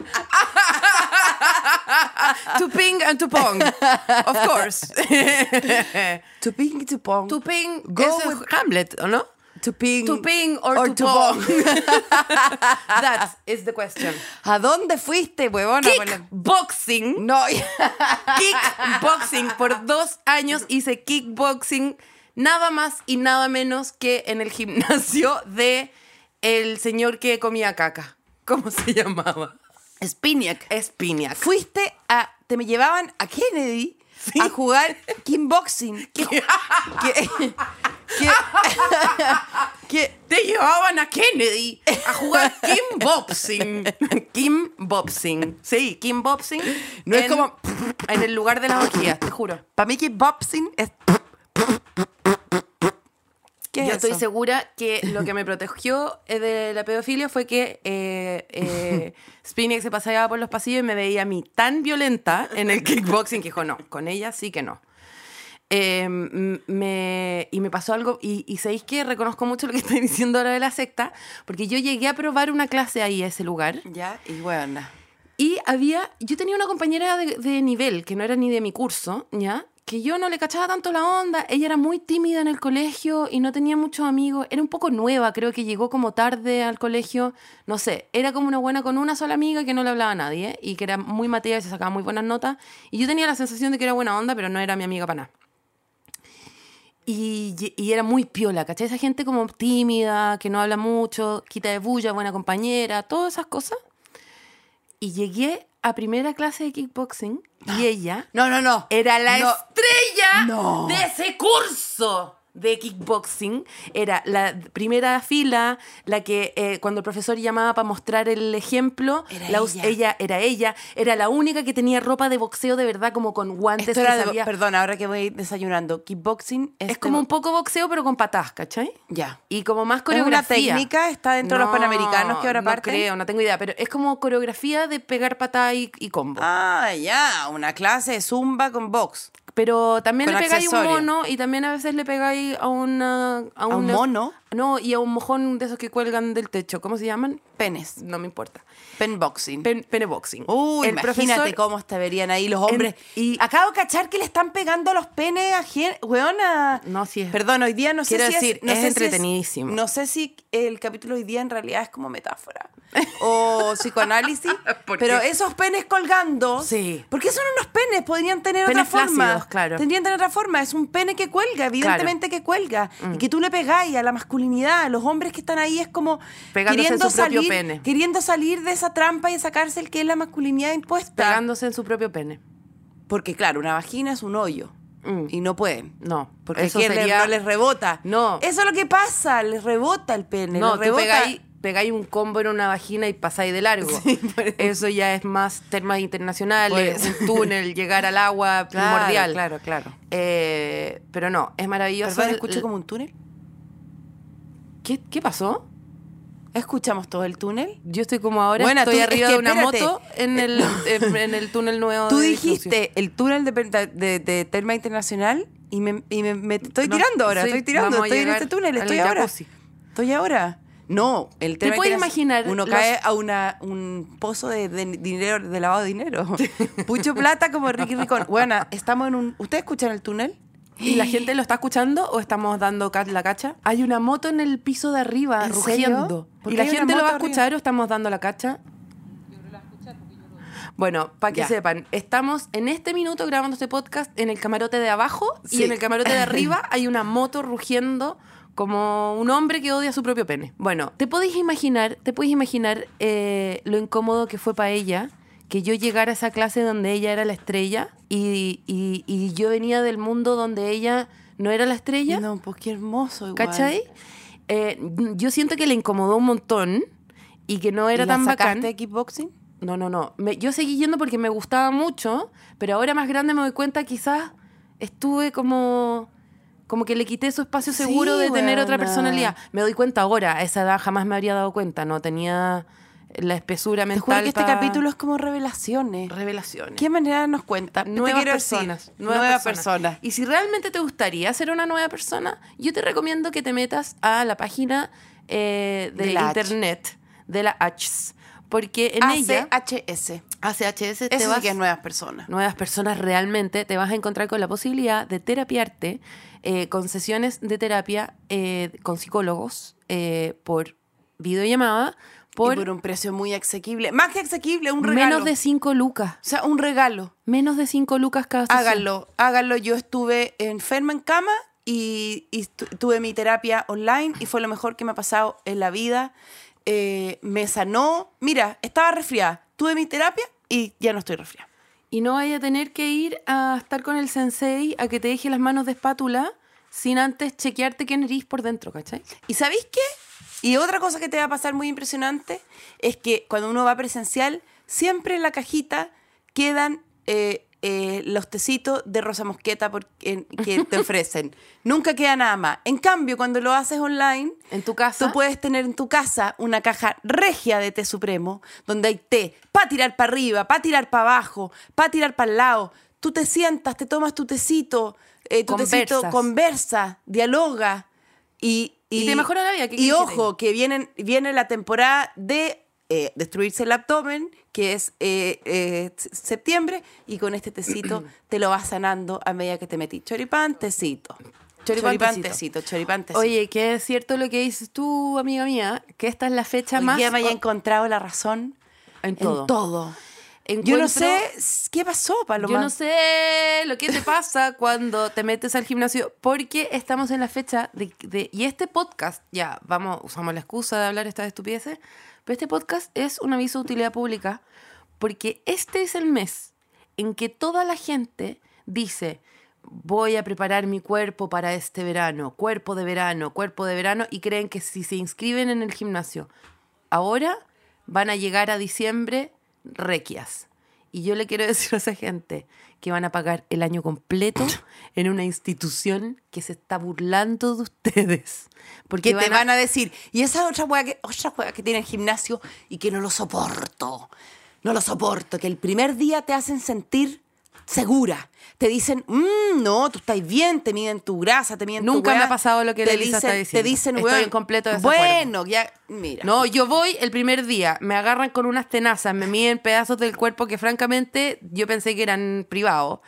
[SPEAKER 2] To ping and to pong. Of course.
[SPEAKER 3] To ping, to pong.
[SPEAKER 2] To ping
[SPEAKER 3] Go
[SPEAKER 2] es
[SPEAKER 3] with-
[SPEAKER 2] Hamlet, ¿o no?
[SPEAKER 3] to ping.
[SPEAKER 2] To ping or, to, pong. That is the question. Ah,
[SPEAKER 3] ¿A dónde fuiste, huevona? Con la-
[SPEAKER 2] Kickboxing.
[SPEAKER 3] No,
[SPEAKER 2] kickboxing. Por dos años hice kickboxing, nada más y nada menos que en el gimnasio de el señor que comía caca. ¿Cómo se llamaba?
[SPEAKER 3] Spiniak.
[SPEAKER 2] Espiniac.
[SPEAKER 3] Fuiste a. Te me llevaban a Kennedy a jugar kickboxing. Que, que, que- que-
[SPEAKER 2] Te llevaban a Kennedy a jugar kickboxing. Kickboxing. Sí, kickboxing.
[SPEAKER 3] No es como-
[SPEAKER 2] En el lugar de las orgías, te juro.
[SPEAKER 3] para mí, kickboxing es. ¿Qué es
[SPEAKER 2] Yo
[SPEAKER 3] eso?
[SPEAKER 2] estoy segura que lo que me protegió eh, de la pedofilia fue que eh, eh, Spinex se paseaba por los pasillos y me veía a mí tan violenta en el kickboxing que dijo, no, con ella sí que no. Eh, m- me, y me pasó algo, y, y sabéis que reconozco mucho lo que estoy diciendo ahora de la secta, porque yo llegué a probar una clase ahí a ese lugar.
[SPEAKER 3] Ya, y bueno.
[SPEAKER 2] Y había, yo tenía una compañera de, de nivel, que no era ni de mi curso, ¿ya? Que yo no le cachaba tanto la onda, ella era muy tímida en el colegio y no tenía muchos amigos, era un poco nueva, creo que llegó como tarde al colegio, no sé, era como una buena con una sola amiga que no le hablaba a nadie y que era muy matea y se sacaba muy buenas notas. Y yo tenía la sensación de que era buena onda, pero no era mi amiga para nada. Y, y- y era muy piola, ¿cachai? Esa gente como tímida, que no habla mucho, quita de bulla, buena compañera, todas esas cosas. Y llegué a primera clase de kickboxing y ella
[SPEAKER 3] Ah. No, no, no.
[SPEAKER 2] era la
[SPEAKER 3] No.
[SPEAKER 2] estrella
[SPEAKER 3] No.
[SPEAKER 2] de ese curso de kickboxing. Era la primera fila, la que eh, cuando el profesor llamaba para mostrar el ejemplo,
[SPEAKER 3] Era
[SPEAKER 2] la us-
[SPEAKER 3] ella.
[SPEAKER 2] era ella, era la única que tenía ropa de boxeo de verdad, como con guantes.
[SPEAKER 3] Esto era
[SPEAKER 2] que
[SPEAKER 3] de-
[SPEAKER 2] sabía-
[SPEAKER 3] Perdón, este ahora que voy desayunando. Kickboxing es.
[SPEAKER 2] es
[SPEAKER 3] de-
[SPEAKER 2] como un poco boxeo, pero con patas, ¿cachai?
[SPEAKER 3] Ya.
[SPEAKER 2] Y como más
[SPEAKER 3] ¿Es una
[SPEAKER 2] coreografía.
[SPEAKER 3] técnica? ¿Está dentro de los panamericanos que ahora
[SPEAKER 2] no
[SPEAKER 3] parten?
[SPEAKER 2] creo, no tengo idea, pero es como coreografía de pegar patada y, y combo.
[SPEAKER 3] Ah, ya. Una clase de zumba con box.
[SPEAKER 2] Pero también
[SPEAKER 3] Con
[SPEAKER 2] le pegáis a un
[SPEAKER 3] accesorio.
[SPEAKER 2] mono y también a veces le pegáis a, una, a,
[SPEAKER 3] ¿A un
[SPEAKER 2] una-
[SPEAKER 3] mono?
[SPEAKER 2] No, y a un mojón de esos que cuelgan del techo. ¿Cómo se llaman?
[SPEAKER 3] Penes.
[SPEAKER 2] No me importa.
[SPEAKER 3] Penboxing.
[SPEAKER 2] Pen- peneboxing.
[SPEAKER 3] Uy,
[SPEAKER 2] El
[SPEAKER 3] imagínate
[SPEAKER 2] profesor-
[SPEAKER 3] cómo estarían ahí los hombres.
[SPEAKER 2] En-
[SPEAKER 3] y acabo de cachar que le están pegando los penes a gente. Weona.
[SPEAKER 2] No, sí es-
[SPEAKER 3] Perdón, hoy día no
[SPEAKER 2] Quiero
[SPEAKER 3] sé si
[SPEAKER 2] decir,
[SPEAKER 3] no
[SPEAKER 2] es
[SPEAKER 3] sé si
[SPEAKER 2] entretenidísimo.
[SPEAKER 3] no sé si el capítulo hoy día en realidad es como metáfora o psicoanálisis,
[SPEAKER 2] ¿Por qué?
[SPEAKER 3] pero esos penes colgando.
[SPEAKER 2] Sí.
[SPEAKER 3] Porque son unos penes, podrían tener
[SPEAKER 2] Penes
[SPEAKER 3] otra forma.
[SPEAKER 2] flácidos, claro.
[SPEAKER 3] Tendrían tener otra forma. Es un pene que cuelga, evidentemente que cuelga.
[SPEAKER 2] Mm.
[SPEAKER 3] Y que tú le pegáis a la masculinidad, a los hombres que están ahí, es como
[SPEAKER 2] Pegándose
[SPEAKER 3] queriendo
[SPEAKER 2] en su propio
[SPEAKER 3] salir,
[SPEAKER 2] pene.
[SPEAKER 3] queriendo salir de esa trampa y esa cárcel que es la masculinidad impuesta.
[SPEAKER 2] Pegándose en su propio pene.
[SPEAKER 3] Porque claro, una vagina es un hoyo
[SPEAKER 2] Mm.
[SPEAKER 3] y no pueden.
[SPEAKER 2] No,
[SPEAKER 3] Porque
[SPEAKER 2] eso
[SPEAKER 3] aquí les-
[SPEAKER 2] sería-
[SPEAKER 3] no les rebota.
[SPEAKER 2] No.
[SPEAKER 3] Eso es lo que pasa, les rebota el pene.
[SPEAKER 2] No,
[SPEAKER 3] les
[SPEAKER 2] tú
[SPEAKER 3] rebota.
[SPEAKER 2] pegáis, pegáis un combo en una vagina y pasáis de largo. Eso ya es más temas internacionales,
[SPEAKER 3] Pues.
[SPEAKER 2] un túnel, llegar al agua
[SPEAKER 3] Claro,
[SPEAKER 2] primordial.
[SPEAKER 3] Claro, claro.
[SPEAKER 2] Eh, pero no, es maravilloso.
[SPEAKER 3] Perdón,
[SPEAKER 2] el-
[SPEAKER 3] escucho como un túnel.
[SPEAKER 2] ¿Qué, qué pasó?
[SPEAKER 3] ¿Escuchamos todo el túnel?
[SPEAKER 2] Yo estoy como ahora,
[SPEAKER 3] Buena,
[SPEAKER 2] estoy
[SPEAKER 3] tú- es
[SPEAKER 2] arriba
[SPEAKER 3] que
[SPEAKER 2] de una
[SPEAKER 3] espérate. Eh,
[SPEAKER 2] moto en el, en, en el túnel nuevo.
[SPEAKER 3] Tú
[SPEAKER 2] de Disney.
[SPEAKER 3] dijiste el túnel de, Pen- de, de Terma Internacional y me, y me- me estoy
[SPEAKER 2] No,
[SPEAKER 3] tirando ahora,
[SPEAKER 2] sí,
[SPEAKER 3] estoy tirando,
[SPEAKER 2] vamos a
[SPEAKER 3] estoy en
[SPEAKER 2] llegar
[SPEAKER 3] este túnel,
[SPEAKER 2] al
[SPEAKER 3] estoy ahora.
[SPEAKER 2] jacuzzi.
[SPEAKER 3] Estoy ahora. No, el Terma
[SPEAKER 2] puedes
[SPEAKER 3] Internacional-
[SPEAKER 2] imaginar
[SPEAKER 3] Uno
[SPEAKER 2] los-
[SPEAKER 3] cae a una, un pozo de, de dinero, de lavado de dinero. Pucho plata como Ricky Ricón. Bueno, estamos en un. ¿Ustedes escuchan el túnel?
[SPEAKER 2] ¿Y la gente lo está escuchando o estamos dando ca- la cacha? Hay una moto en el piso de arriba
[SPEAKER 3] ¿En
[SPEAKER 2] rugiendo.
[SPEAKER 3] serio? ¿Por
[SPEAKER 2] ¿Y
[SPEAKER 3] qué
[SPEAKER 2] la
[SPEAKER 3] hay una
[SPEAKER 2] gente lo va a
[SPEAKER 3] moto arriba?
[SPEAKER 2] escuchar o estamos dando la cacha? Bueno, para que
[SPEAKER 3] Ya.
[SPEAKER 2] sepan, estamos en este minuto grabando este podcast en el camarote de abajo y
[SPEAKER 3] Sí.
[SPEAKER 2] en el camarote de arriba hay una moto rugiendo como un hombre que odia su propio pene. Bueno, te podéis imaginar, te podéis imaginar eh, lo incómodo que fue para ella que yo llegara a esa clase donde ella era la estrella y, y- y yo venía del mundo donde ella no era la estrella.
[SPEAKER 3] No, pues qué hermoso igual.
[SPEAKER 2] ¿Cachai? Eh, yo siento que le incomodó un montón y que no era
[SPEAKER 3] ¿Y la
[SPEAKER 2] tan bacán.
[SPEAKER 3] sacaste de kickboxing?
[SPEAKER 2] No, no, no. Me- yo seguí yendo porque me gustaba mucho, pero ahora más grande me doy cuenta quizás estuve como como que le quité su espacio
[SPEAKER 3] Sí,
[SPEAKER 2] seguro de tener otra
[SPEAKER 3] weona.
[SPEAKER 2] personalidad. Me doy cuenta ahora, a esa edad jamás me habría dado cuenta, no tenía la espesura
[SPEAKER 3] Te
[SPEAKER 2] mental.
[SPEAKER 3] juro que este
[SPEAKER 2] pa-
[SPEAKER 3] capítulo es como revelaciones.
[SPEAKER 2] revelaciones.
[SPEAKER 3] ¿Qué manera nos cuenta? Te
[SPEAKER 2] Nuevas
[SPEAKER 3] quiero decir,
[SPEAKER 2] personas,
[SPEAKER 3] Nuevas, personas.
[SPEAKER 2] Y si realmente te gustaría ser una nueva persona, yo te recomiendo que te metas a la página eh, de,
[SPEAKER 3] De la H.
[SPEAKER 2] internet de la H. Porque en ella,
[SPEAKER 3] ACHS.
[SPEAKER 2] ACHS, te
[SPEAKER 3] Eso
[SPEAKER 2] vas
[SPEAKER 3] sí que es nuevas personas.
[SPEAKER 2] nuevas personas realmente, te vas a encontrar con la posibilidad de terapiarte eh, con sesiones de terapia eh, con psicólogos eh, por videollamada
[SPEAKER 3] Por,
[SPEAKER 2] por,
[SPEAKER 3] por un precio muy asequible. Más que asequible, un regalo.
[SPEAKER 2] menos de 5 lucas.
[SPEAKER 3] O sea, un regalo.
[SPEAKER 2] Menos de 5 lucas cada sesión.
[SPEAKER 3] Háganlo, háganlo. Yo estuve enferma en cama y, y tu- tuve mi terapia online y fue lo mejor que me ha pasado en la vida. Eh, me sanó. Mira, estaba resfriada. Tuve mi terapia y ya no estoy resfriada.
[SPEAKER 2] Y no vaya a tener que ir a estar con el sensei a que te deje las manos de espátula sin antes chequearte quién eres por dentro, ¿cachai?
[SPEAKER 3] ¿Y sabéis qué? Y otra cosa que te va a pasar muy impresionante es que cuando uno va presencial, siempre en la cajita quedan eh, eh, los tecitos de rosa mosqueta por- en- que te ofrecen. Nunca queda nada más. En cambio, cuando lo haces online,
[SPEAKER 2] En tu casa.
[SPEAKER 3] Tú puedes tener en tu casa una caja regia de té supremo, donde hay té para tirar para arriba, para tirar para abajo, para tirar para el lado. Tú te sientas, te tomas tu tecito, eh, tu
[SPEAKER 2] Conversas.
[SPEAKER 3] tecito, conversa, dialoga y,
[SPEAKER 2] Y te mejora la vida, ¿qué
[SPEAKER 3] y
[SPEAKER 2] quieres que te
[SPEAKER 3] ojo, que vienen, viene la temporada de eh, destruirse el abdomen, que es eh, eh, s- septiembre, y con este tecito te lo vas sanando a medida que te metís. Choripán, tecito.
[SPEAKER 2] Choripán,
[SPEAKER 3] Choripán,
[SPEAKER 2] tecito.
[SPEAKER 3] tecito, choripán, tecito.
[SPEAKER 2] Oye, que es cierto lo que dices tú, amiga mía, que esta es la fecha
[SPEAKER 3] Hoy
[SPEAKER 2] más...
[SPEAKER 3] día me haya Pues encontrado la razón
[SPEAKER 2] en todo.
[SPEAKER 3] en todo.
[SPEAKER 2] Encuentro-
[SPEAKER 3] Yo no sé s- qué pasó, Paloma.
[SPEAKER 2] Yo no sé lo que te pasa cuando te metes al gimnasio, porque estamos en la fecha de, de- y este podcast, ya vamos, usamos la excusa de hablar estas estupideces, pero este podcast es un aviso de utilidad pública, porque este es el mes en que toda la gente dice, voy a preparar mi cuerpo para este verano, cuerpo de verano, cuerpo de verano, y creen que si se inscriben en el gimnasio ahora, van a llegar a diciembre requias. Y yo le quiero decir a esa gente que van a pagar el año completo en una institución que se está burlando de ustedes. Porque
[SPEAKER 3] ¿Qué te van a decir? Y esa otra hueá que, otra hueá que tiene el gimnasio y que no lo soporto. No lo soporto. Que el primer día te hacen sentir segura. Te dicen, mmm, no, tú estás bien, te miden tu grasa, te miden tu
[SPEAKER 2] Nunca me
[SPEAKER 3] weá.
[SPEAKER 2] ha pasado lo que
[SPEAKER 3] te
[SPEAKER 2] la Elisa
[SPEAKER 3] dicen,
[SPEAKER 2] está diciendo.
[SPEAKER 3] Te dicen,
[SPEAKER 2] Estoy
[SPEAKER 3] weón,
[SPEAKER 2] en completo desacuerdo.
[SPEAKER 3] Bueno, ya, mira.
[SPEAKER 2] No, yo voy el primer día, me agarran con unas tenazas, me miden pedazos del cuerpo que francamente yo pensé que eran privados.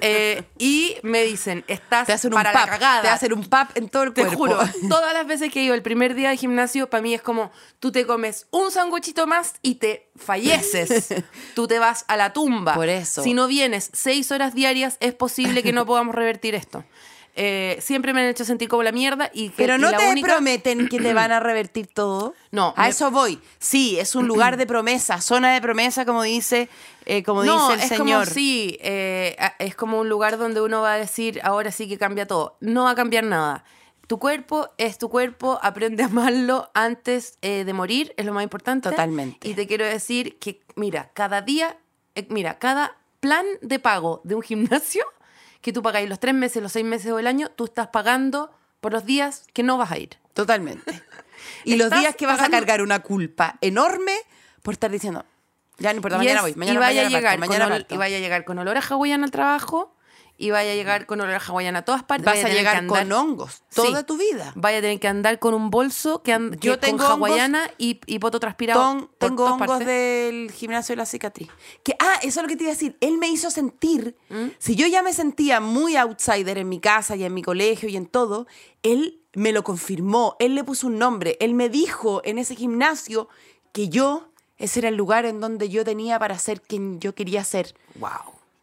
[SPEAKER 2] Eh, y me dicen, estás
[SPEAKER 3] te hacen un
[SPEAKER 2] para
[SPEAKER 3] pap,
[SPEAKER 2] la cagada.
[SPEAKER 3] te hacen un pap en todo el
[SPEAKER 2] Te
[SPEAKER 3] cuerpo.
[SPEAKER 2] juro, todas las veces que he ido el primer día de gimnasio, para mí es como, tú te comes un sanguchito más y te falleces. tú te vas a la tumba.
[SPEAKER 3] Por eso.
[SPEAKER 2] Si no vienes seis horas diarias, es posible que no podamos revertir esto. Eh, siempre me han hecho sentir como la mierda y que
[SPEAKER 3] Pero
[SPEAKER 2] y
[SPEAKER 3] no
[SPEAKER 2] la
[SPEAKER 3] te
[SPEAKER 2] única-
[SPEAKER 3] prometen que te van a revertir todo.
[SPEAKER 2] No,
[SPEAKER 3] A
[SPEAKER 2] me-
[SPEAKER 3] eso voy. Sí, es un lugar de promesa, zona de promesa, como dice, eh, como
[SPEAKER 2] no,
[SPEAKER 3] dice el
[SPEAKER 2] es
[SPEAKER 3] señor.
[SPEAKER 2] como sí, eh, a- es como un lugar donde uno va a decir, ahora sí que cambia todo. No va a cambiar nada. Tu cuerpo es tu cuerpo, aprende a amarlo antes eh, de morir, es lo más importante.
[SPEAKER 3] Totalmente.
[SPEAKER 2] Y te quiero decir que, mira, cada día, eh, mira, cada plan de pago de un gimnasio, que tú pagáis los tres meses, los seis meses o el año, tú estás pagando por los días que no vas a ir.
[SPEAKER 3] Totalmente. Y los
[SPEAKER 2] Estás
[SPEAKER 3] días que vas
[SPEAKER 2] pagando-
[SPEAKER 3] a cargar una culpa enorme por estar diciendo, ya no importa,
[SPEAKER 2] Y
[SPEAKER 3] mañana
[SPEAKER 2] es-
[SPEAKER 3] voy, mañana,
[SPEAKER 2] y vaya
[SPEAKER 3] mañana
[SPEAKER 2] a llegar
[SPEAKER 3] parto, mañana
[SPEAKER 2] con ol-
[SPEAKER 3] parto.
[SPEAKER 2] y vaya a llegar con olor a hawaiana al trabajo y vaya a llegar con olor a hawaiana a todas partes
[SPEAKER 3] Vas
[SPEAKER 2] vaya
[SPEAKER 3] a
[SPEAKER 2] tener que
[SPEAKER 3] llegar
[SPEAKER 2] andar-
[SPEAKER 3] con hongos
[SPEAKER 2] Sí.
[SPEAKER 3] toda tu vida.
[SPEAKER 2] vaya a tener que andar con un bolso que and-
[SPEAKER 3] Yo
[SPEAKER 2] que
[SPEAKER 3] tengo
[SPEAKER 2] con
[SPEAKER 3] hongos-
[SPEAKER 2] hawaiana y, y poto transpirado
[SPEAKER 3] Ton-
[SPEAKER 2] por
[SPEAKER 3] tengo
[SPEAKER 2] todas
[SPEAKER 3] hongos
[SPEAKER 2] partes.
[SPEAKER 3] del gimnasio de la cicatriz. Que, ah, eso es lo que te iba a decir. Él me hizo sentir,
[SPEAKER 2] ¿Mm?
[SPEAKER 3] si yo ya me sentía muy outsider en mi casa y en mi colegio y en todo, él me lo confirmó, él le puso un nombre, él me dijo en ese gimnasio que yo, ese era el lugar en donde yo tenía para ser quien yo quería ser.
[SPEAKER 2] wow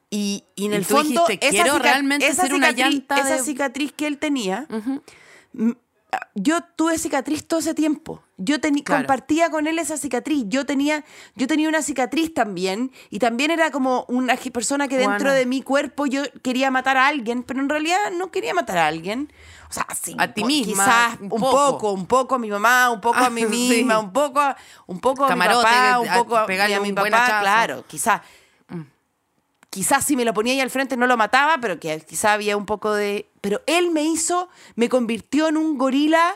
[SPEAKER 3] Y, y en
[SPEAKER 2] Y
[SPEAKER 3] el
[SPEAKER 2] tú
[SPEAKER 3] fondo,
[SPEAKER 2] dijiste, "Quiero
[SPEAKER 3] cica-
[SPEAKER 2] realmente
[SPEAKER 3] esa
[SPEAKER 2] ser una
[SPEAKER 3] cicatriz-
[SPEAKER 2] llanta
[SPEAKER 3] esa
[SPEAKER 2] de-
[SPEAKER 3] cicatriz que él tenía, m- ah, yo tuve cicatriz todo ese tiempo. Yo teni-
[SPEAKER 2] Claro.
[SPEAKER 3] compartía con él esa cicatriz. Yo tenía, yo tenía una cicatriz también. Y también era como una gi- persona que dentro
[SPEAKER 2] Guana.
[SPEAKER 3] de mi cuerpo yo quería matar a alguien, pero en realidad no quería matar a alguien. O sea, sí,
[SPEAKER 2] A
[SPEAKER 3] un
[SPEAKER 2] ti
[SPEAKER 3] po-
[SPEAKER 2] misma,
[SPEAKER 3] Quizás
[SPEAKER 2] un
[SPEAKER 3] un poco.
[SPEAKER 2] poco.
[SPEAKER 3] un poco a mi mamá, un poco a mí
[SPEAKER 2] Ah, sí.
[SPEAKER 3] misma, un poco a, un poco a mi
[SPEAKER 2] Camarote,
[SPEAKER 3] papá, un
[SPEAKER 2] a-
[SPEAKER 3] poco a,
[SPEAKER 2] pegarle
[SPEAKER 3] a mi
[SPEAKER 2] un
[SPEAKER 3] papá.
[SPEAKER 2] buen hachazo. Mm.
[SPEAKER 3] Claro, quizás quizás si me lo ponía ahí al frente no lo mataba, pero que quizás había un poco de... Pero él me hizo, me convirtió en un gorila,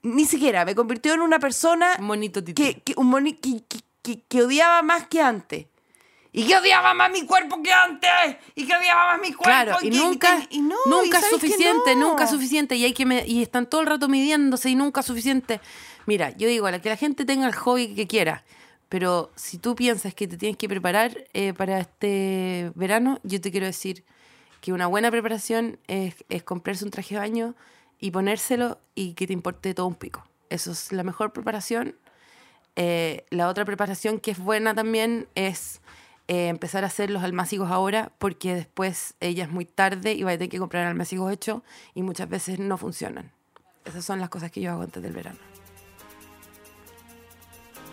[SPEAKER 3] ni siquiera, me convirtió en una persona
[SPEAKER 2] monito tití.
[SPEAKER 3] que, que, un moni- que, que- que- que odiaba más que antes. Y que odiaba más mi cuerpo que antes. Y que odiaba más mi cuerpo.
[SPEAKER 2] Claro, y
[SPEAKER 3] que-
[SPEAKER 2] nunca,
[SPEAKER 3] que- y no, y
[SPEAKER 2] nunca es
[SPEAKER 3] sabes que
[SPEAKER 2] suficiente,
[SPEAKER 3] no.
[SPEAKER 2] nunca es suficiente. Y hay que me- y están todo el rato midiéndose y nunca es suficiente. Mira, yo digo, la- que la gente tenga el hobby que quiera. Pero si tú piensas que te tienes que preparar eh, para este verano, yo te quiero decir que una buena preparación es, es comprarse un traje de baño y ponérselo y que te importe todo un pico. Eso es la mejor preparación. Eh, la otra preparación que es buena también es eh, empezar a hacer los almacigos ahora, porque después ella es muy tarde y va a tener que comprar almacigos hechos y muchas veces no funcionan. Esas son las cosas que yo hago antes del verano.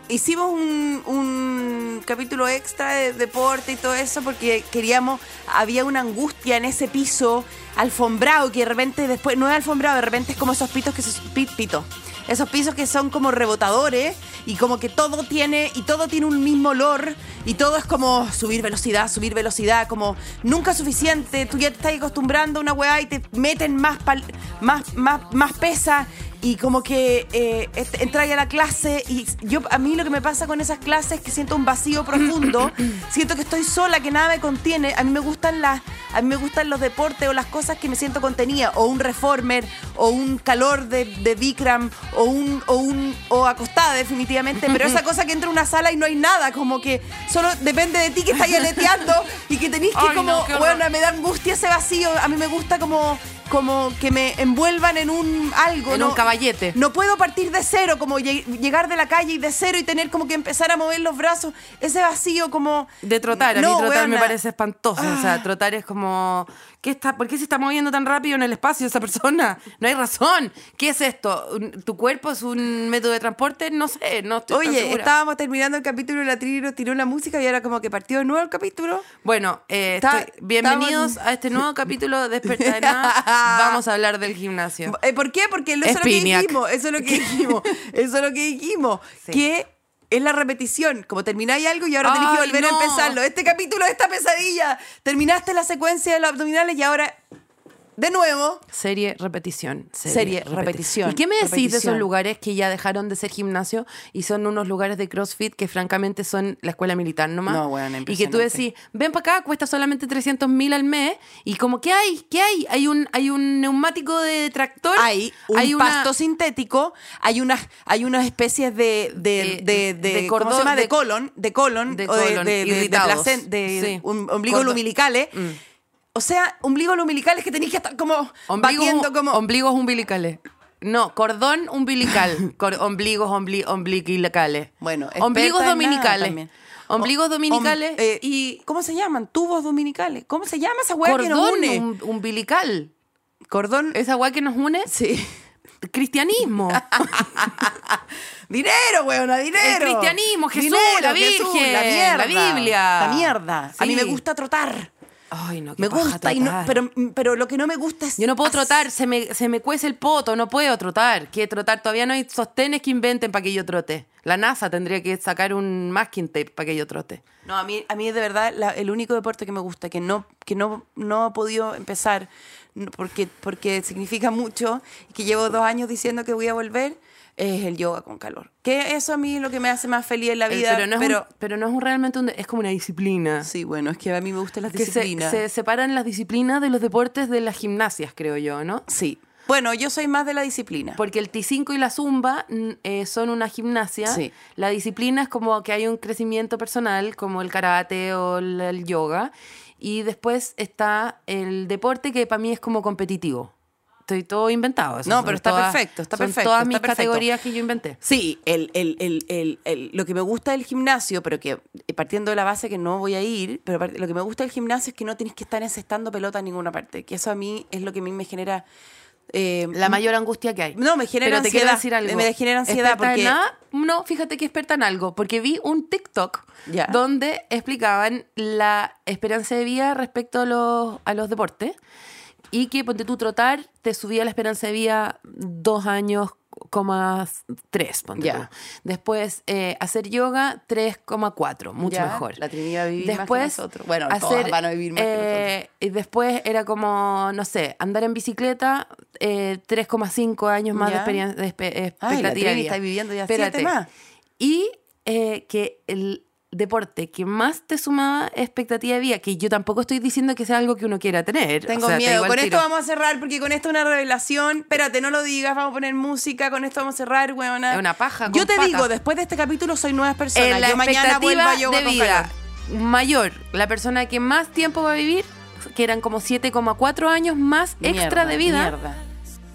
[SPEAKER 3] Hicimos un, un capítulo extra de deporte y todo eso porque queríamos, había una angustia en ese piso alfombrado que de repente después, no es alfombrado, de repente es como esos pitos que se pi- pito, esos pisos que son como rebotadores y como que todo tiene y todo tiene un mismo olor y todo es como subir velocidad, subir velocidad, como nunca suficiente, tú ya te estás acostumbrando a una weá y te meten más pal- más más más pesa y como que eh, est- entráis a la clase y yo a mí lo que me pasa con esas clases es que siento un vacío profundo, siento que estoy sola, que nada me contiene. A mí me gustan las a mí me gustan los deportes o las cosas que me siento contenida o un reformer o un calor de, de Bikram o un o un o acostada definitivamente, pero esa cosa que entra a una sala y no hay nada, como que solo depende de ti que estás aleteando y que tenés que
[SPEAKER 2] Ay,
[SPEAKER 3] como
[SPEAKER 2] no, qué horror.
[SPEAKER 3] bueno, me da angustia ese vacío, a mí me gusta como como que me envuelvan en un algo,
[SPEAKER 2] En
[SPEAKER 3] ¿no?
[SPEAKER 2] un caballete.
[SPEAKER 3] No puedo partir de cero, como lleg- llegar de la calle y de cero y tener como que empezar a mover los brazos. Ese vacío como...
[SPEAKER 2] De trotar, a mí
[SPEAKER 3] No,
[SPEAKER 2] trotar me
[SPEAKER 3] weona. Ah.
[SPEAKER 2] parece espantoso. O sea, trotar es como. ¿qué está, ¿Por qué se está moviendo tan rápido en el espacio esa persona? No hay razón. ¿Qué es esto? ¿Un- ¿Tu cuerpo es un método de transporte? No sé, no estoy tan
[SPEAKER 3] Oye,
[SPEAKER 2] segura.
[SPEAKER 3] estábamos terminando el capítulo, la tri nos tiró la música y ahora como que partió de nuevo el capítulo.
[SPEAKER 2] Bueno, eh,
[SPEAKER 3] Está-
[SPEAKER 2] estoy- bienvenidos a este nuevo capítulo de Despertar de Nada. Vamos a hablar del gimnasio.
[SPEAKER 3] Eh, ¿Por qué? Porque eso es lo que
[SPEAKER 2] Espiniac.
[SPEAKER 3] dijimos, eso es lo que dijimos, eso es lo que dijimos,
[SPEAKER 2] Sí.
[SPEAKER 3] que es la repetición, como termináis algo y ahora tenéis que
[SPEAKER 2] Ay,
[SPEAKER 3] volver
[SPEAKER 2] no.
[SPEAKER 3] a empezarlo. Este capítulo de esta pesadilla, terminaste la secuencia de los abdominales y ahora de nuevo.
[SPEAKER 2] Serie, repetición.
[SPEAKER 3] Serie, repetición,
[SPEAKER 2] ¿Y qué me decís de esos
[SPEAKER 3] repetición.
[SPEAKER 2] lugares que ya dejaron de ser gimnasio y son unos lugares de CrossFit que francamente son la escuela militar nomás?
[SPEAKER 3] No, weón,
[SPEAKER 2] Y que tú
[SPEAKER 3] impresionante.
[SPEAKER 2] decís, ven para acá, cuesta solamente 300 mil al mes y como, ¿qué hay? ¿Qué hay? Hay un, hay un neumático de tractor.
[SPEAKER 3] Hay un
[SPEAKER 2] una-
[SPEAKER 3] pasto sintético, hay unas, hay unas especies de, de, de,
[SPEAKER 2] De-
[SPEAKER 3] Eh, de,
[SPEAKER 2] de
[SPEAKER 3] ¿cómo se
[SPEAKER 2] cordón-
[SPEAKER 3] llama? De
[SPEAKER 2] de-
[SPEAKER 3] colon, de colon,
[SPEAKER 2] de
[SPEAKER 3] o de,
[SPEAKER 2] colon,
[SPEAKER 3] de- de- de
[SPEAKER 2] irritados.
[SPEAKER 3] placen- de
[SPEAKER 2] Sí.
[SPEAKER 3] um- ombligo
[SPEAKER 2] Cordo-
[SPEAKER 3] umbilicales. O sea, ombligos umbilicales que tenéis que estar como
[SPEAKER 2] Ombligos,
[SPEAKER 3] batiendo como...
[SPEAKER 2] ombligos umbilicales. No, cordón umbilical. Cor- ombligos ombli- umbilicales.
[SPEAKER 3] Bueno, experta
[SPEAKER 2] ombligos
[SPEAKER 3] en nada
[SPEAKER 2] dominicales.
[SPEAKER 3] también.
[SPEAKER 2] Ombligos
[SPEAKER 3] Om-
[SPEAKER 2] dominicales.
[SPEAKER 3] eh, ¿Y cómo se llaman? Tubos dominicales. ¿Cómo se llama esa weá que nos
[SPEAKER 2] cordón eh,
[SPEAKER 3] une?
[SPEAKER 2] um- umbilical.
[SPEAKER 3] Cordón.
[SPEAKER 2] Esa weá que nos une.
[SPEAKER 3] Sí.
[SPEAKER 2] Cristianismo.
[SPEAKER 3] Dinero, weona, dinero.
[SPEAKER 2] El cristianismo, Jesús,
[SPEAKER 3] Dinero,
[SPEAKER 2] la
[SPEAKER 3] Jesús,
[SPEAKER 2] Virgen, la Biblia.
[SPEAKER 3] La mierda. A
[SPEAKER 2] Sí.
[SPEAKER 3] mí me gusta trotar.
[SPEAKER 2] Ay, no, qué
[SPEAKER 3] Me
[SPEAKER 2] paja
[SPEAKER 3] gusta, y no,
[SPEAKER 2] trotar.
[SPEAKER 3] pero, pero lo que no me gusta es.
[SPEAKER 2] Yo no puedo
[SPEAKER 3] as-
[SPEAKER 2] trotar, se me, se me cuece el poto, no puedo trotar. ¿Qué trotar? Todavía no hay sostenes que inventen para que yo trote. La NASA tendría que sacar un masking tape para que yo trote.
[SPEAKER 3] No, a mí, a mí de verdad la- el único deporte que me gusta, que no, que no, no he podido empezar no- porque, porque significa mucho y que llevo dos años diciendo que voy a volver, es el yoga con calor. Que eso a mí es lo que me hace más feliz en la
[SPEAKER 2] Eh,
[SPEAKER 3] vida.
[SPEAKER 2] pero, no es un- pero no es un realmente un... Es como una disciplina.
[SPEAKER 3] Sí, bueno, es que a mí me gustan las
[SPEAKER 2] que se,
[SPEAKER 3] disciplinas.
[SPEAKER 2] se separan las disciplinas de los deportes de las gimnasias, creo yo, ¿no?
[SPEAKER 3] Sí. Bueno, yo soy más de la disciplina.
[SPEAKER 2] Porque el T5 y la Zumba mm, eh, son una gimnasia.
[SPEAKER 3] Sí.
[SPEAKER 2] La disciplina es como que hay un crecimiento personal, como el karate o el, el yoga. Y después está el deporte, que para mí es como competitivo. Estoy todo inventado. eso
[SPEAKER 3] No,
[SPEAKER 2] son
[SPEAKER 3] pero está
[SPEAKER 2] todas-
[SPEAKER 3] perfecto, está
[SPEAKER 2] son
[SPEAKER 3] perfecto,
[SPEAKER 2] todas
[SPEAKER 3] está
[SPEAKER 2] mis
[SPEAKER 3] perfecto.
[SPEAKER 2] categorías que yo inventé.
[SPEAKER 3] Sí, el, el- el- el- el- lo que me gusta del gimnasio, pero que eh, partiendo de la base que no voy a ir, pero part- lo que me gusta del gimnasio es que no tienes que estar encestando pelota en ninguna parte, que eso a mí es lo que a mí me genera... eh,
[SPEAKER 2] La mayor angustia que hay.
[SPEAKER 3] No, me genera
[SPEAKER 2] Pero te quiero
[SPEAKER 3] ansiedad.
[SPEAKER 2] decir algo.
[SPEAKER 3] Me genera ansiedad
[SPEAKER 2] ¿Experta en
[SPEAKER 3] porque-
[SPEAKER 2] nada? No, fíjate que experta en algo. Porque vi un TikTok
[SPEAKER 3] Ya.
[SPEAKER 2] donde explicaban la esperanza de vida respecto a los, a los deportes. Y que ponte tú trotar, te subía la esperanza de vida dos años, coma tres, ponte
[SPEAKER 3] Ya.
[SPEAKER 2] tú. Después, eh, hacer yoga, 3,4, mucho
[SPEAKER 3] Ya,
[SPEAKER 2] mejor.
[SPEAKER 3] la Trinidad vivir más que
[SPEAKER 2] después,
[SPEAKER 3] nosotros. Bueno, todas van a vivir más que
[SPEAKER 2] eh, y después era como, no sé, andar en bicicleta, eh, 3,5 años más
[SPEAKER 3] Ya.
[SPEAKER 2] de, experien- de espe-
[SPEAKER 3] Ay,
[SPEAKER 2] expectativa.
[SPEAKER 3] la
[SPEAKER 2] de
[SPEAKER 3] Trini
[SPEAKER 2] vida.
[SPEAKER 3] está viviendo ya
[SPEAKER 2] Espérate.
[SPEAKER 3] siete más.
[SPEAKER 2] Y eh, que el deporte que más te sumaba expectativa de vida, que yo tampoco estoy diciendo que sea algo que uno quiera tener. o
[SPEAKER 3] Tengo
[SPEAKER 2] sea, te
[SPEAKER 3] miedo.
[SPEAKER 2] digo al
[SPEAKER 3] Con esto
[SPEAKER 2] tiro.
[SPEAKER 3] vamos a cerrar porque con esto es una revelación. Espérate, no lo digas, vamos a poner música. Con esto vamos a cerrar, weona.
[SPEAKER 2] Es una paja con
[SPEAKER 3] Yo te
[SPEAKER 2] patas.
[SPEAKER 3] digo, después de este capítulo soy nuevas personas.
[SPEAKER 2] Eh, la
[SPEAKER 3] Yo mañana vuelvo
[SPEAKER 2] expectativa
[SPEAKER 3] a yoga
[SPEAKER 2] de
[SPEAKER 3] con
[SPEAKER 2] vida
[SPEAKER 3] calor.
[SPEAKER 2] mayor, la persona que más tiempo va a vivir, que eran como 7,4 años más extra
[SPEAKER 3] Mierda,
[SPEAKER 2] de vida,
[SPEAKER 3] mierda.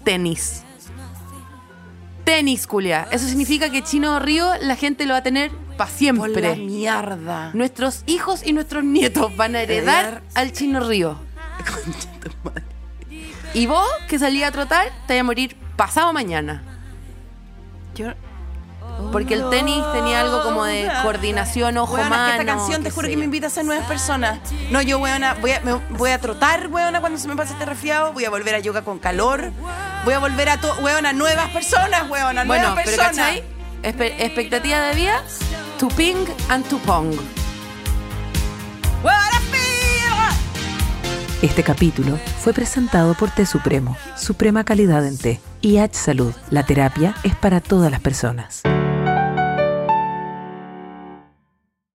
[SPEAKER 2] tenis. Tenis, culia. Eso significa que Chino Río la gente lo va a tener para
[SPEAKER 3] Por la
[SPEAKER 2] siempre.
[SPEAKER 3] mierda.
[SPEAKER 2] Nuestros hijos y nuestros nietos van a heredar
[SPEAKER 3] Heredar.
[SPEAKER 2] al Chino Río. Y vos, que salías a trotar, te vas a morir pasado mañana.
[SPEAKER 3] Yo-
[SPEAKER 2] Porque el tenis tenía algo como de coordinación, ojo,
[SPEAKER 3] Weona, es que
[SPEAKER 2] mano.
[SPEAKER 3] esta canción te
[SPEAKER 2] qué
[SPEAKER 3] juro
[SPEAKER 2] sé
[SPEAKER 3] que
[SPEAKER 2] yo.
[SPEAKER 3] me invita a ser nuevas personas. No, yo, weona, voy a, me voy a trotar, weona, cuando se me pase este resfriado. Voy a volver a yoga con calor. Voy a volver a, to, weona, nuevas personas, weona,
[SPEAKER 2] Bueno,
[SPEAKER 3] nuevas
[SPEAKER 2] pero
[SPEAKER 3] personas.
[SPEAKER 2] ¿cachai? Espe- expectativa de vida, tu ping and tu pong.
[SPEAKER 3] Weona, pío.
[SPEAKER 1] Este capítulo fue presentado por Té Supremo, suprema calidad en té. IH Salud, la terapia es para todas las personas.